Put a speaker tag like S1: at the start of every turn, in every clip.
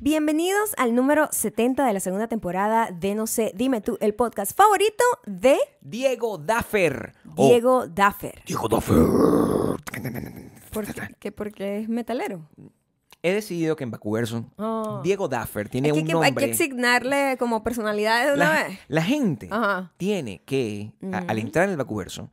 S1: Bienvenidos al número 70 de la segunda temporada de No sé, dime tú, el podcast favorito de
S2: Diego Daffer. o
S1: Diego Daffer.
S2: Diego Daffer.
S1: ¿Por qué? ¿Que porque es metalero.
S2: He decidido que en Vacuverso,
S1: Oh.
S2: Diego Daffer tiene
S1: Es que hay
S2: un
S1: que- hay que
S2: nombre.
S1: asignarle como personalidad de una
S2: la,
S1: vez.
S2: la gente
S1: Ajá.
S2: tiene que, a- al entrar en el Vacuverso,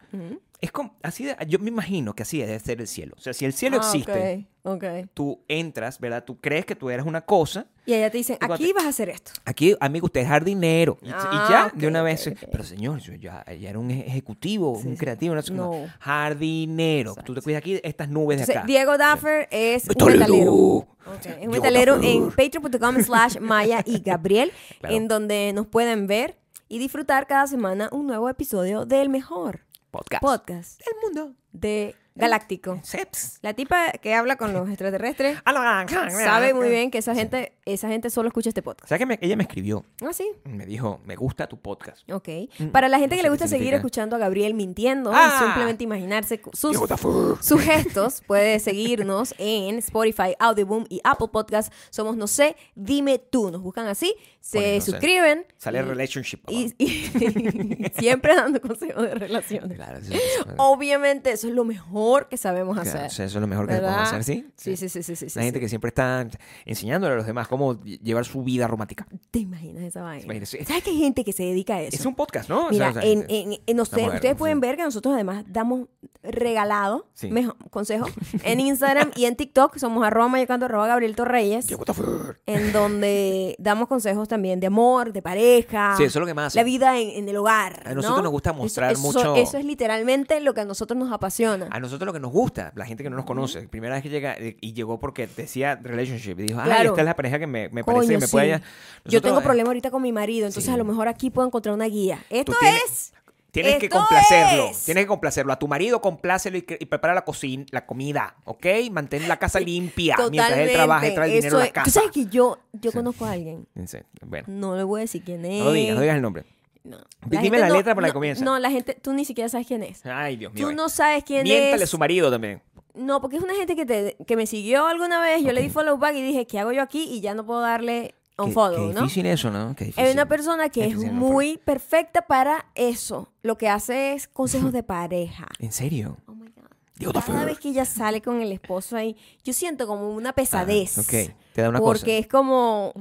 S2: es como, así de- yo me imagino que así debe ser el cielo. O sea, si el cielo
S1: Ah,
S2: existe,
S1: Ok, ok.
S2: tú entras, ¿verdad? Tú crees que tú eres una cosa.
S1: Y allá te dicen,
S2: Tú cuando
S1: aquí vas a hacer esto.
S2: Aquí, amigo, usted es jardinero. Y, y
S1: Ah,
S2: ya,
S1: ok,
S2: de una
S1: ok,
S2: vez.
S1: ok.
S2: Pero señor, yo ya, ya era un ejecutivo,
S1: Sí,
S2: un
S1: sí.
S2: creativo, no sé qué
S1: No.
S2: más. Jardinero. Tú te cuidas aquí de estas nubes de
S1: Entonces,
S2: acá.
S1: Diego Daffer es un
S2: Metalero.
S1: metalero. Ok, Es un
S2: Diego
S1: metalero
S2: Daffer.
S1: en patreon.com slash maya y gabriel,
S2: Claro.
S1: en donde nos pueden ver y disfrutar cada semana un nuevo episodio del mejor
S2: Podcast.
S1: podcast
S2: El mundo. ¿Eh?
S1: de Galáctico.
S2: Seps.
S1: La tipa que habla con los extraterrestres sabe
S2: Sabe
S1: muy bien que esa gente, esa gente solo escucha este podcast.
S2: ¿Sabes que me- ella me escribió?
S1: Ah, sí.
S2: Me dijo, me gusta tu podcast.
S1: Ok. Para la gente que
S2: Mm, no sé
S1: le
S2: qué
S1: gusta seguir
S2: significa.
S1: escuchando a Gabriel mintiendo
S2: Ah.
S1: y simplemente imaginarse cu- sus,
S2: Diego Daffer.
S1: sus gestos, puede seguirnos en Spotify, Audioboom y Apple Podcast. Somos No sé, dime tú. Nos buscan así, se
S2: Ponen No sé.
S1: suscriben.
S2: Sale
S1: y-
S2: Relationship.
S1: y, y- siempre dando consejos de relaciones.
S2: Claro, eso, eso-
S1: Obviamente, eso es lo mejor que sabemos
S2: claro,
S1: hacer.
S2: eso es lo mejor que
S1: ¿Verdad?
S2: podemos hacer, ¿sí?
S1: Sí, sí, sí, sí, sí, sí,
S2: La gente
S1: sí.
S2: que siempre está enseñándole a los demás cómo llevar su vida romántica.
S1: ¿Te imaginas esa vaina?
S2: Imagínate, sí.
S1: ¿Sabes que hay gente que se dedica a eso?
S2: Es un podcast, ¿no? O
S1: Mira,
S2: sea, o sea,
S1: en, en- en usted-
S2: moderno,
S1: ustedes
S2: sí.
S1: pueden ver que nosotros además damos regalado
S2: Sí.
S1: mejor consejo en Instagram y en TikTok. Somos arroba mayocando arroba Gabriel Torreyes.
S2: Diego Daffer.
S1: En donde damos consejos también de amor, de pareja.
S2: Sí, eso es lo que más
S1: La
S2: hacen.
S1: vida en, en el hogar.
S2: A nosotros
S1: ¿no?
S2: nos gusta
S1: Eso-
S2: mostrar
S1: eso-
S2: mucho-
S1: Eso es literalmente lo que a nosotros nos apasiona.
S2: A nosotros lo que nos gusta, la gente que no nos conoce, primera vez que llega eh, y llegó porque decía relationship y dijo, ay,
S1: Claro.
S2: esta es la pareja que me, me
S1: Coño,
S2: parece que me
S1: sí.
S2: puede hallar".
S1: Yo
S2: Nosotros,
S1: tengo
S2: eh,
S1: problema ahorita con mi marido, entonces
S2: sí.
S1: a lo mejor aquí puedo encontrar una guía. Esto
S2: tienes-
S1: es.
S2: Tienes que
S1: Esto
S2: complacerlo,
S1: es.
S2: tienes que complacerlo. A tu marido complácelo y, que- y prepara la cocina, la comida, ¿ok? Mantén la casa limpia mientras él trabaja y trae el
S1: Eh, eso
S2: dinero a la
S1: es. Tú
S2: casa.
S1: sabes que yo, yo
S2: Sí.
S1: conozco a alguien.
S2: En serio, Bueno,
S1: No le voy a decir quién es.
S2: no lo digas, no digas el nombre.
S1: No.
S2: Dime
S1: gente
S2: la
S1: no-
S2: letra por la que
S1: no-
S2: comienza.
S1: No, la gente, tú ni siquiera sabes quién es.
S2: Ay, Dios mío.
S1: Tú
S2: eh.
S1: no sabes quién
S2: Miéntale
S1: es.
S2: su marido también.
S1: No, porque es una gente que, te, que me siguió alguna vez, yo le di follow back y dije, ¿qué hago yo aquí? Y ya no puedo darle un
S2: Qué-
S1: follow,
S2: qué
S1: ¿no?
S2: difícil eso, ¿no? Qué difícil.
S1: Hay una persona que
S2: Qué
S1: es
S2: difícil el
S1: muy perfecta para eso. Lo que hace es consejos de pareja.
S2: ¿En serio?
S1: Oh my God.
S2: Digo,
S1: Cada vez que ella sale con el esposo ahí, yo siento como una pesadez.
S2: Ah, ok. Te da una
S1: porque
S2: cosa. Mm.
S1: es como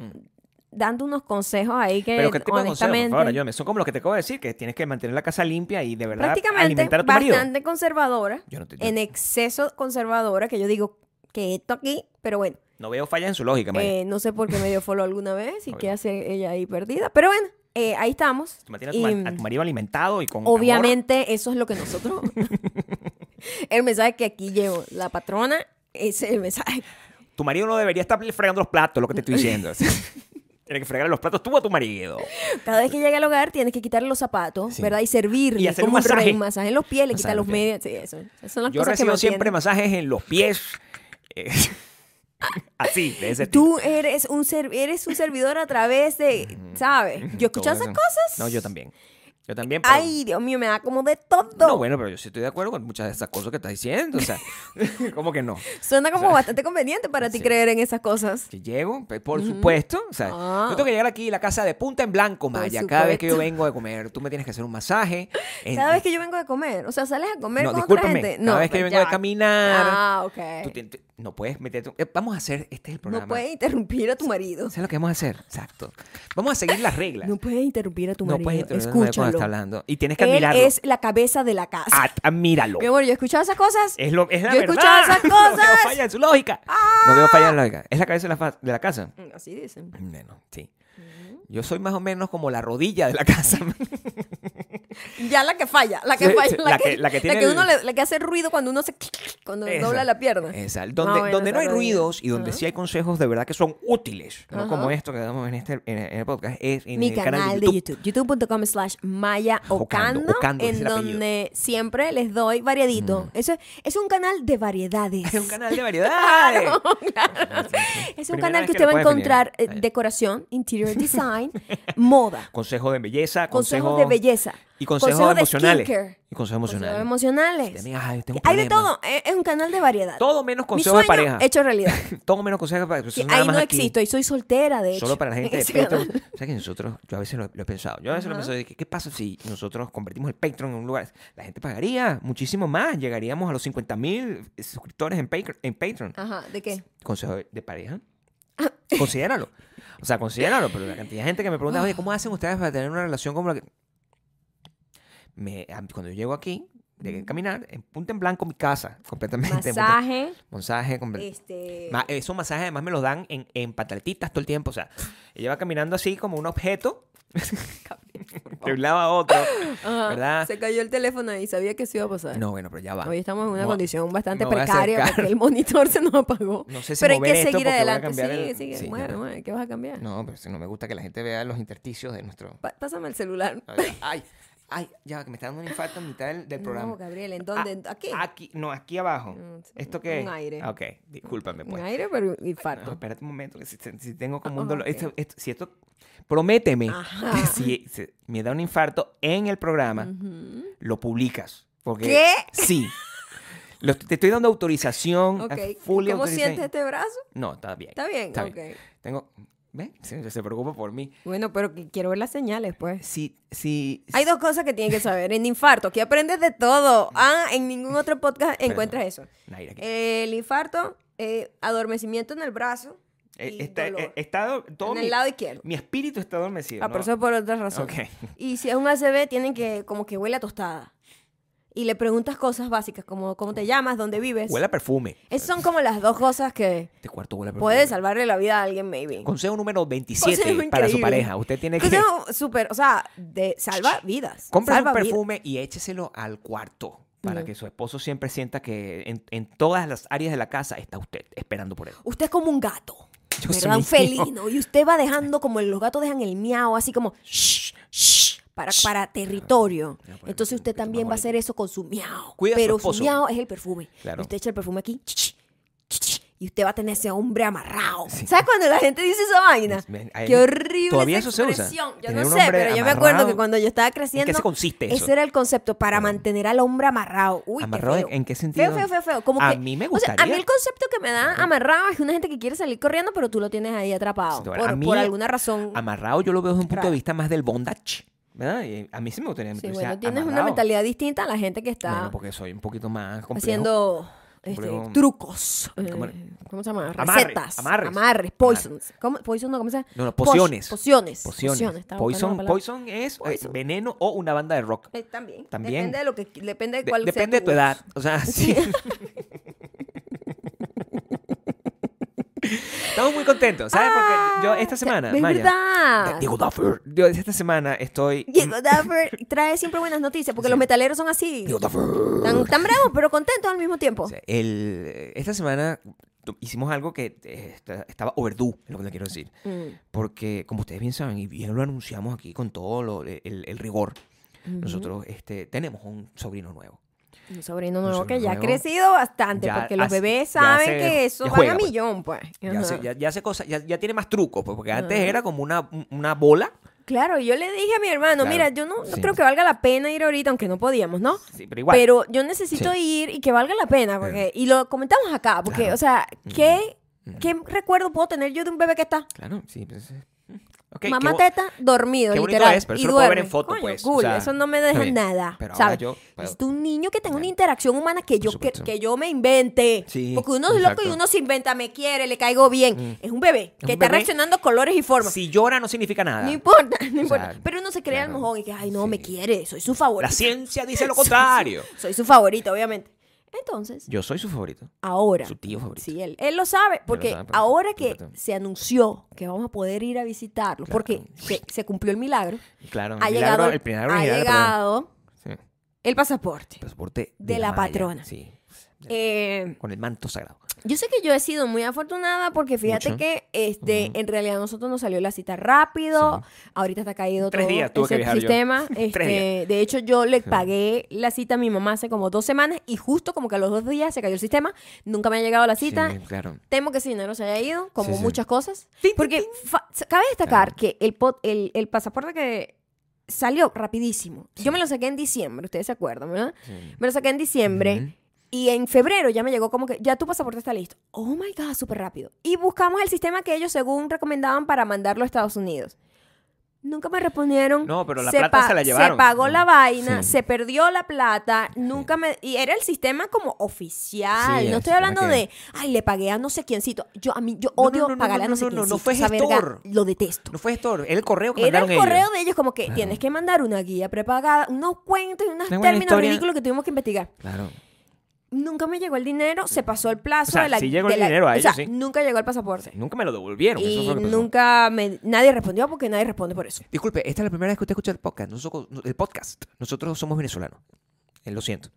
S1: dando unos consejos ahí que,
S2: Pero qué tipo de consejos, por
S1: honestamente...
S2: favor, ayúdame. Son como los que te acabo de decir, que tienes que mantener la casa limpia y de verdad
S1: prácticamente
S2: alimentar a tu marido.
S1: bastante conservadora,
S2: Yo no te- yo-
S1: en exceso conservadora, que yo digo que esto aquí, pero bueno,
S2: No veo fallas en su lógica, Maya.
S1: eh, no sé por qué me dio follow alguna vez y
S2: Obvio.
S1: qué hace ella ahí perdida, pero bueno, eh, ahí estamos.
S2: Mantiene a
S1: Y, mm,
S2: tu, ma- a tu marido alimentado y con amor.
S1: obviamente eso es lo que nosotros... el mensaje que aquí llevo, la patrona, ese es el mensaje.
S2: Tu marido no debería estar fregando los platos, lo que te estoy diciendo. Tienes que fregar los platos tú a tu marido.
S1: Cada vez que llega al hogar tienes que quitarle los zapatos,
S2: Sí.
S1: ¿verdad? Y servirle
S2: Y hacer
S1: como
S2: un masaje.
S1: rey, masaje en los pies, le
S2: Masaje
S1: quita
S2: en
S1: los
S2: los
S1: medios, sí, eso. Esas son las
S2: Yo
S1: cosas que
S2: recibo
S1: me
S2: siempre
S1: mantienen.
S2: masajes en los pies. eh, así, de ese tipo.
S1: Tú eres un ser, eres un servidor a través de, ¿sabes? Yo he escuchado
S2: Todo
S1: esas
S2: eso.
S1: cosas.
S2: No, yo también. Yo también. pero-
S1: Ay, Dios mío, me da como de todo.
S2: No, bueno, pero yo sí estoy de acuerdo con muchas de esas cosas que estás diciendo. O sea, ¿cómo que no?
S1: Suena como bastante conveniente para ti
S2: sí.
S1: creer en esas cosas.
S2: Que llego, pe- por supuesto. O sea,
S1: Ah.
S2: yo tengo que llegar aquí a la casa de punta en blanco,
S1: Por
S2: Maya. Cada vez que yo
S1: supuesto.
S2: vengo de comer, tú me tienes que hacer un masaje. en-
S1: Cada vez que yo vengo de comer, o sea, sales a comer
S2: No,
S1: con otra
S2: discúlpame.
S1: gente.
S2: Cada vez que
S1: pues
S2: vengo de
S1: ya.
S2: caminar.
S1: Ah,
S2: tú
S1: ok.
S2: tien- te- no puedes meterte. eh, vamos a hacer. Este es el programa.
S1: No puedes interrumpir a tu marido.
S2: ¿Sabes lo que vamos a hacer? Exacto. Vamos a seguir las reglas.
S1: No puedes interrumpir a tu
S2: No
S1: marido.
S2: puedes interrumpir a tu marido cuando
S1: Escúchalo.
S2: está hablando. Y tienes que
S1: Él
S2: admirarlo. Ah,
S1: es la cabeza de la casa.
S2: Ad- admíralo.
S1: Mi amor, yo he escuchado esas cosas.
S2: Es, lo, es la
S1: Yo he
S2: verdad.
S1: escuchado esas
S2: No veo
S1: cosas.
S2: falla en su lógica. No veo falla en la lógica. Es la cabeza de la, fa- de la casa.
S1: mm, Así dicen.
S2: Bueno, sí. Yo soy más o menos como la rodilla de la casa.
S1: Ya la que falla, la que
S2: Sí,
S1: falla,
S2: sí,
S1: la, que, la que,
S2: tiene el-
S1: uno le, la que hace ruido cuando uno se cuando
S2: Esa,
S1: dobla la pierna.
S2: esa.
S1: Más
S2: Donde,
S1: o menos
S2: donde no hay
S1: esa rodilla.
S2: ruidos y donde
S1: Ajá.
S2: sí hay consejos de verdad que son útiles, no
S1: Ajá.
S2: como esto que damos en, este, en, en el podcast, es en
S1: Mi
S2: el
S1: canal, de YouTube, youtube.com slash maya
S2: Ocando,
S1: Ocando,
S2: Ocando, ese
S1: en
S2: es el apellido.
S1: donde siempre les doy variadito. Eso es, es un canal de variedades.
S2: Es un canal de variedades.
S1: Es un
S2: Primera
S1: canal
S2: vez
S1: que
S2: que
S1: usted
S2: lo
S1: va a
S2: puedes venir.
S1: encontrar eh,
S2: Ahí.
S1: decoración, interior design, moda,
S2: Consejos de belleza,
S1: consejos
S2: consejos
S1: de belleza,
S2: Y consejos,
S1: Consejos de
S2: emocionales.
S1: skincare.
S2: Y consejos emocionales.
S1: Consejos emocionales.
S2: También, ay, tengo un
S1: Hay de
S2: problema.
S1: todo. Es es un canal de variedad.
S2: Todo menos
S1: Mi
S2: consejos de
S1: sueño
S2: pareja.
S1: hecho realidad.
S2: Todo menos consejos de pareja.
S1: Que
S2: Eso nada
S1: ahí
S2: más
S1: no
S2: aquí.
S1: existo y soy soltera, de hecho.
S2: Solo para la gente de
S1: Ese canal.
S2: Patreon. ¿Sabes que nosotros, yo a veces lo, lo he pensado, yo a veces lo he
S1: Ajá.
S2: pensado, de que, ¿qué pasa si nosotros convertimos el Patreon en un lugar? La gente pagaría muchísimo más, llegaríamos a los 50 mil suscriptores en, Patr- en Patreon.
S1: Ajá, ¿de qué?
S2: Consejo de- de pareja. Considéralo. O sea, considéralo, pero la cantidad de gente que me pregunta, oye, ¿cómo hacen ustedes para tener una relación como la que... Me, a- cuando yo llego aquí, de caminar, en punta en blanco mi casa, completamente. en punta-
S1: Masaje,
S2: Masaje, comple-
S1: este...
S2: Ma- esos masajes además me los dan en, en pataletitas todo el tiempo. O sea, ella va caminando así como un objeto de un lado a otro.
S1: Ajá,
S2: ¿verdad?
S1: Se cayó el teléfono y sabía que eso iba a pasar.
S2: No, bueno, pero ya va.
S1: Hoy estamos en una
S2: No,
S1: condición bastante
S2: me voy a
S1: precaria
S2: acercar.
S1: porque el monitor se nos apagó.
S2: No sé si
S1: Pero hay
S2: mover
S1: que
S2: esto
S1: seguir
S2: porque voy a
S1: adelante.
S2: cambiar
S1: Sigue,
S2: el-
S1: sigue.
S2: Sí,
S1: mueve,
S2: ya.
S1: mueve. ¿Qué vas a cambiar?
S2: No, pero si no me gusta que la gente vea los intersticios de nuestro...
S1: Pa- pásame el celular.
S2: Ay, ay, ya va, que me está dando un infarto en mitad del, del programa.
S1: No, Gabriel, ¿en dónde?
S2: Ah,
S1: ¿Aquí?
S2: Aquí, no, aquí abajo.
S1: Mm, sí,
S2: ¿Esto qué
S1: un
S2: es?
S1: aire.
S2: Ah, Ok, discúlpame
S1: Un
S2: pues.
S1: aire, pero
S2: No,
S1: infarto.
S2: espérate un momento, que si, si tengo como
S1: Ah,
S2: un dolor.
S1: ok.
S2: Esto- esto- si esto... Prométeme
S1: Ajá.
S2: que si se- me da un infarto en el programa,
S1: Ujú.
S2: lo publicas. Porque
S1: ¿Qué?
S2: Sí. Lo- te estoy dando autorización.
S1: Ok.
S2: a fully
S1: ¿Cómo
S2: autorización.
S1: sientes este brazo?
S2: No, está bien.
S1: Está bien.
S2: Está
S1: ok.
S2: Tengo. ¿Ves? Se, se preocupa por mí.
S1: Bueno, pero que- quiero ver las señales, pues.
S2: Si, si.
S1: Hay dos cosas que tienen que saber. En infarto, que aprendes de todo. Ah, en ningún otro podcast
S2: Pero-
S1: encuentras eso.
S2: Naira, aquí.
S1: El infarto, eh, adormecimiento en el brazo.
S2: Eh,
S1: y
S2: está,
S1: dolor.
S2: eh, está do- todo
S1: en
S2: mi,
S1: el lado izquierdo.
S2: mi espíritu está adormecido.
S1: Ah,
S2: ¿no?
S1: pero eso es por otra razón.
S2: Ok.
S1: Y si es un ACV, tienen que, como que huele a tostada. Y le preguntas cosas básicas, como cómo te llamas, dónde vives.
S2: Huele a perfume.
S1: Esas son como las dos cosas que
S2: Este cuarto huele a perfume.
S1: puede salvarle la vida a alguien, maybe.
S2: Consejo número 27
S1: Consejo
S2: para su
S1: increíble.
S2: pareja. Usted tiene que.
S1: Consejo súper, o sea, de, salva vidas.
S2: Compre
S1: salva
S2: un
S1: vidas.
S2: perfume y écheselo al cuarto. Para
S1: Ya.
S2: que su esposo siempre sienta que en, en todas las áreas de la casa está usted esperando por él.
S1: Usted es como un gato.
S2: Yo
S1: ¿verdad?
S2: soy
S1: un
S2: un
S1: felino. Y usted va dejando como los gatos dejan el miau, así como shh, shh, para, para territorio.
S2: Ya, bueno,
S1: Entonces
S2: un
S1: usted
S2: poquito más
S1: también va a
S2: bonito.
S1: hacer eso con su miau.
S2: Cuida a su
S1: pero su,
S2: esposo.
S1: miau es el perfume.
S2: Claro.
S1: Usted echa el perfume aquí shh, shh, y usted va a tener ese hombre amarrado. ¿Sabes cuando la gente dice esa vaina?
S2: Es- me- hay-
S1: Qué horrible.
S2: todavía
S1: esa
S2: eso se usa.
S1: expresión. Yo
S2: Tener
S1: no
S2: un
S1: sé,
S2: hombre
S1: pero yo me acuerdo
S2: amarrado.
S1: que cuando yo estaba creciendo.
S2: se consiste eso?
S1: Ese era el concepto, para mantener al hombre amarrado. Uy, qué
S2: ¿Amarrado
S1: feo.
S2: en- en qué sentido?
S1: Feo, feo, feo, feo. Como
S2: A
S1: que-
S2: mí me
S1: o sea, a mí
S2: gustaría.
S1: el concepto que me da amarrado es una gente que quiere salir corriendo, pero tú lo tienes ahí atrapado.
S2: Exacto.
S1: por,
S2: A mí,
S1: por alguna razón.
S2: Amarrado yo lo veo desde un punto
S1: Raro.
S2: de vista más del bondage. ¿Verdad? Y a mí sí me gustaría
S1: Sí,
S2: que
S1: bueno,
S2: sea
S1: tienes una
S2: amarrado.
S1: mentalidad distinta a la gente que
S2: Bueno,
S1: está
S2: porque soy un poquito más complejo.
S1: haciendo este,
S2: complejo.
S1: trucos. eh,
S2: ¿Cómo
S1: ¿Cómo,
S2: era?
S1: se llama?
S2: Amarres,
S1: Recetas.
S2: amarres.
S1: poisons. ¿Cómo? Poison, no, ¿cómo se llama?
S2: No, no,
S1: Pos-
S2: pociones.
S1: Pociones.
S2: Pociones.
S1: estaba buscando la
S2: Poison,
S1: palabra.
S2: poison es eh,
S1: Poison.
S2: veneno o una banda de rock.
S1: Eh, también.
S2: También.
S1: Depende de lo que depende de
S2: De-
S1: cuál sea
S2: depende de tu
S1: gusto.
S2: edad. O sea, sí. Estamos muy contentos, ¿sabes? Porque yo esta
S1: Ah,
S2: semana,
S1: es
S2: Maya,
S1: verdad.
S2: Diego Duffer, yo esta semana estoy
S1: Diego Duffer trae siempre buenas noticias porque los metaleros son así.
S2: Diego Duffer.
S1: Tan, tan bravos, pero contentos al mismo tiempo.
S2: O sea, el, eh, esta semana tu- hicimos algo que eh, esta- estaba overdue, es lo que le quiero decir.
S1: Mm.
S2: Porque, como ustedes bien saben, y bien lo anunciamos aquí con todo lo- el, el rigor, nosotros este, tenemos un sobrino nuevo.
S1: Un sobrino nuevo
S2: sobrino
S1: que ya ha
S2: nuevo.
S1: crecido bastante
S2: Ya
S1: porque los
S2: hace-
S1: bebés
S2: ya
S1: saben
S2: hace-
S1: que eso
S2: ya
S1: van a
S2: juega, pues.
S1: millón, pues.
S2: Ya hace,
S1: Ajá.
S2: ya, ya hace cosas, ya, ya tiene más trucos, pues, porque antes
S1: Ajá.
S2: era como una, una bola.
S1: Claro, yo le dije a mi hermano,
S2: Claro,
S1: mira, yo no, no
S2: sí.
S1: creo que valga la pena ir ahorita, aunque no podíamos, ¿no?
S2: Sí, pero igual.
S1: Pero yo necesito
S2: Sí. Eh.
S1: ir y que valga la pena, porque, y lo comentamos acá, porque,
S2: Claro. Mm.
S1: o sea, ¿qué, ¿qué recuerdo puedo tener yo de un bebé que está?
S2: Claro, sí. pues, eh. Ok,
S1: Mamá
S2: qué bo-
S1: teta, dormido,
S2: qué bonito
S1: literal.
S2: es, pero
S1: y
S2: eso lo puedo ver
S1: duerme.
S2: en foto,
S1: Coño,
S2: pues,
S1: cool,
S2: o sea,
S1: eso no me deja
S2: está bien,
S1: nada.
S2: pero ahora
S1: ¿sabes?
S2: yo puedo.
S1: Necesito un niño que tenga una
S2: Claro.
S1: interacción humana que yo, que,
S2: supuesto.
S1: que yo me invente.
S2: Sí,
S1: Porque uno es loco
S2: exacto. Mm.
S1: y uno se inventa, me quiere, le caigo bien. Es un bebé
S2: Es
S1: que
S2: un
S1: está
S2: bebé.
S1: reaccionando colores y formas.
S2: Si llora no significa nada.
S1: No importa, no
S2: O sea,
S1: importa. Pero uno se cree al
S2: claro,
S1: mojón y que, ay, no, me
S2: sí.
S1: quiere, soy su favorito.
S2: La ciencia dice lo contrario.
S1: Soy su favorito, obviamente. Entonces,
S2: Yo soy su favorito.
S1: ahora.
S2: Su tío favorito.
S1: Sí, él, él lo sabe, porque
S2: sabe, pero-
S1: ahora que
S2: perfecto.
S1: se anunció que vamos a poder ir a visitarlo,
S2: Claro.
S1: porque se, se cumplió el milagro,
S2: Claro,
S1: ha
S2: el
S1: llegado,
S2: milagro- el primer
S1: ha
S2: milagro,
S1: llegado
S2: perdón. Sí.
S1: el pasaporte.
S2: Pasaporte
S1: De la
S2: Maya,
S1: patrona.
S2: Sí.
S1: Eh,
S2: Con el manto sagrado.
S1: yo sé que yo he sido muy afortunada porque fíjate
S2: Mucho.
S1: que este, en realidad a nosotros nos salió la cita rápido. Ahorita está caído
S2: Tres
S1: todo
S2: días tuve que
S1: ese
S2: viajar yo.
S1: sistema.
S2: Tres
S1: Este,
S2: días.
S1: De hecho, yo le pagué la cita a mi mamá hace como dos semanas y justo como que a los dos días se cayó el sistema. Nunca me ha llegado la cita.
S2: Sí, claro.
S1: Temo que ese dinero se haya ido, como
S2: Sí, sí.
S1: muchas cosas.
S2: Tin, tin,
S1: Porque fa- cabe destacar que el, pot- el, el pasaporte que salió rapidísimo. Yo me lo saqué en diciembre, ustedes se acuerdan, ¿verdad?
S2: Sí.
S1: Me lo saqué en diciembre.
S2: Ujú.
S1: Y en febrero ya me llegó como que ya tu pasaporte está listo. Oh my God, súper rápido. Y buscamos el sistema que ellos según recomendaban para mandarlo a Estados Unidos. Nunca me respondieron.
S2: No, pero la
S1: Se
S2: plata
S1: pa-
S2: se la llevaron. Mm.
S1: Se pagó la
S2: Sí.
S1: vaina, se perdió la plata, nunca me... Y era el sistema como oficial.
S2: Sí, el
S1: no estoy
S2: sistema
S1: hablando
S2: que-
S1: de, ay, le pagué a no sé quiéncito. Yo, a mí, yo
S2: No, no,
S1: odio
S2: no, no,
S1: pagarle a
S2: no,
S1: no sé
S2: no, no, no,
S1: quiéncito.
S2: fue
S1: Esa verga
S2: gestor.
S1: lo detesto.
S2: No fue esto, era el correo que
S1: Era el
S2: mandaron ellos.
S1: correo de ellos como que tienes que mandar una guía prepagada, unos cuentos y unos
S2: Una buena
S1: términos
S2: historia.
S1: ridículos que tuvimos que investigar.
S2: Claro.
S1: Nunca me llegó el dinero, se pasó el plazo
S2: O sea,
S1: de la.
S2: sí llegó
S1: de
S2: el
S1: la-
S2: dinero a
S1: o sea,
S2: ellos, sí.
S1: Nunca llegó el pasaporte.
S2: Nunca me lo devolvieron. eso
S1: Y
S2: fue lo que pasó.
S1: nunca me, nadie respondió porque nadie responde por eso.
S2: Disculpe, esta es la primera vez que usted escucha el podcast. Nosotros, el podcast. Nosotros somos venezolanos. Eh, Lo siento.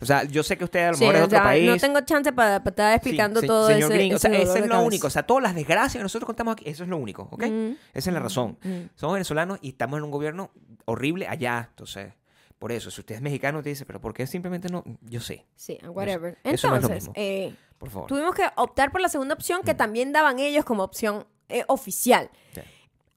S2: O sea, yo sé que usted a lo
S1: Sí,
S2: mejor es de
S1: o
S2: otro
S1: sea,
S2: país.
S1: No tengo chance para, para estar
S2: Sí,
S1: explicando
S2: se-
S1: todo
S2: señor
S1: ese,
S2: gringo. O sea,
S1: ese
S2: eso
S1: dolor
S2: es
S1: de
S2: lo
S1: cabeza.
S2: único. O sea, todas las desgracias que nosotros contamos aquí, eso es lo único, ¿ok?
S1: Mm.
S2: Esa es la razón.
S1: Mm.
S2: Somos venezolanos y estamos en un gobierno horrible allá. Entonces, por eso, si usted es mexicano, te dice, pero ¿por qué simplemente no? Yo sé,
S1: Sí, whatever.
S2: eso no es lo
S1: Entonces,
S2: mismo.
S1: eh,
S2: por favor.
S1: tuvimos que optar por la segunda opción que también daban ellos como opción eh, oficial.
S2: Sí.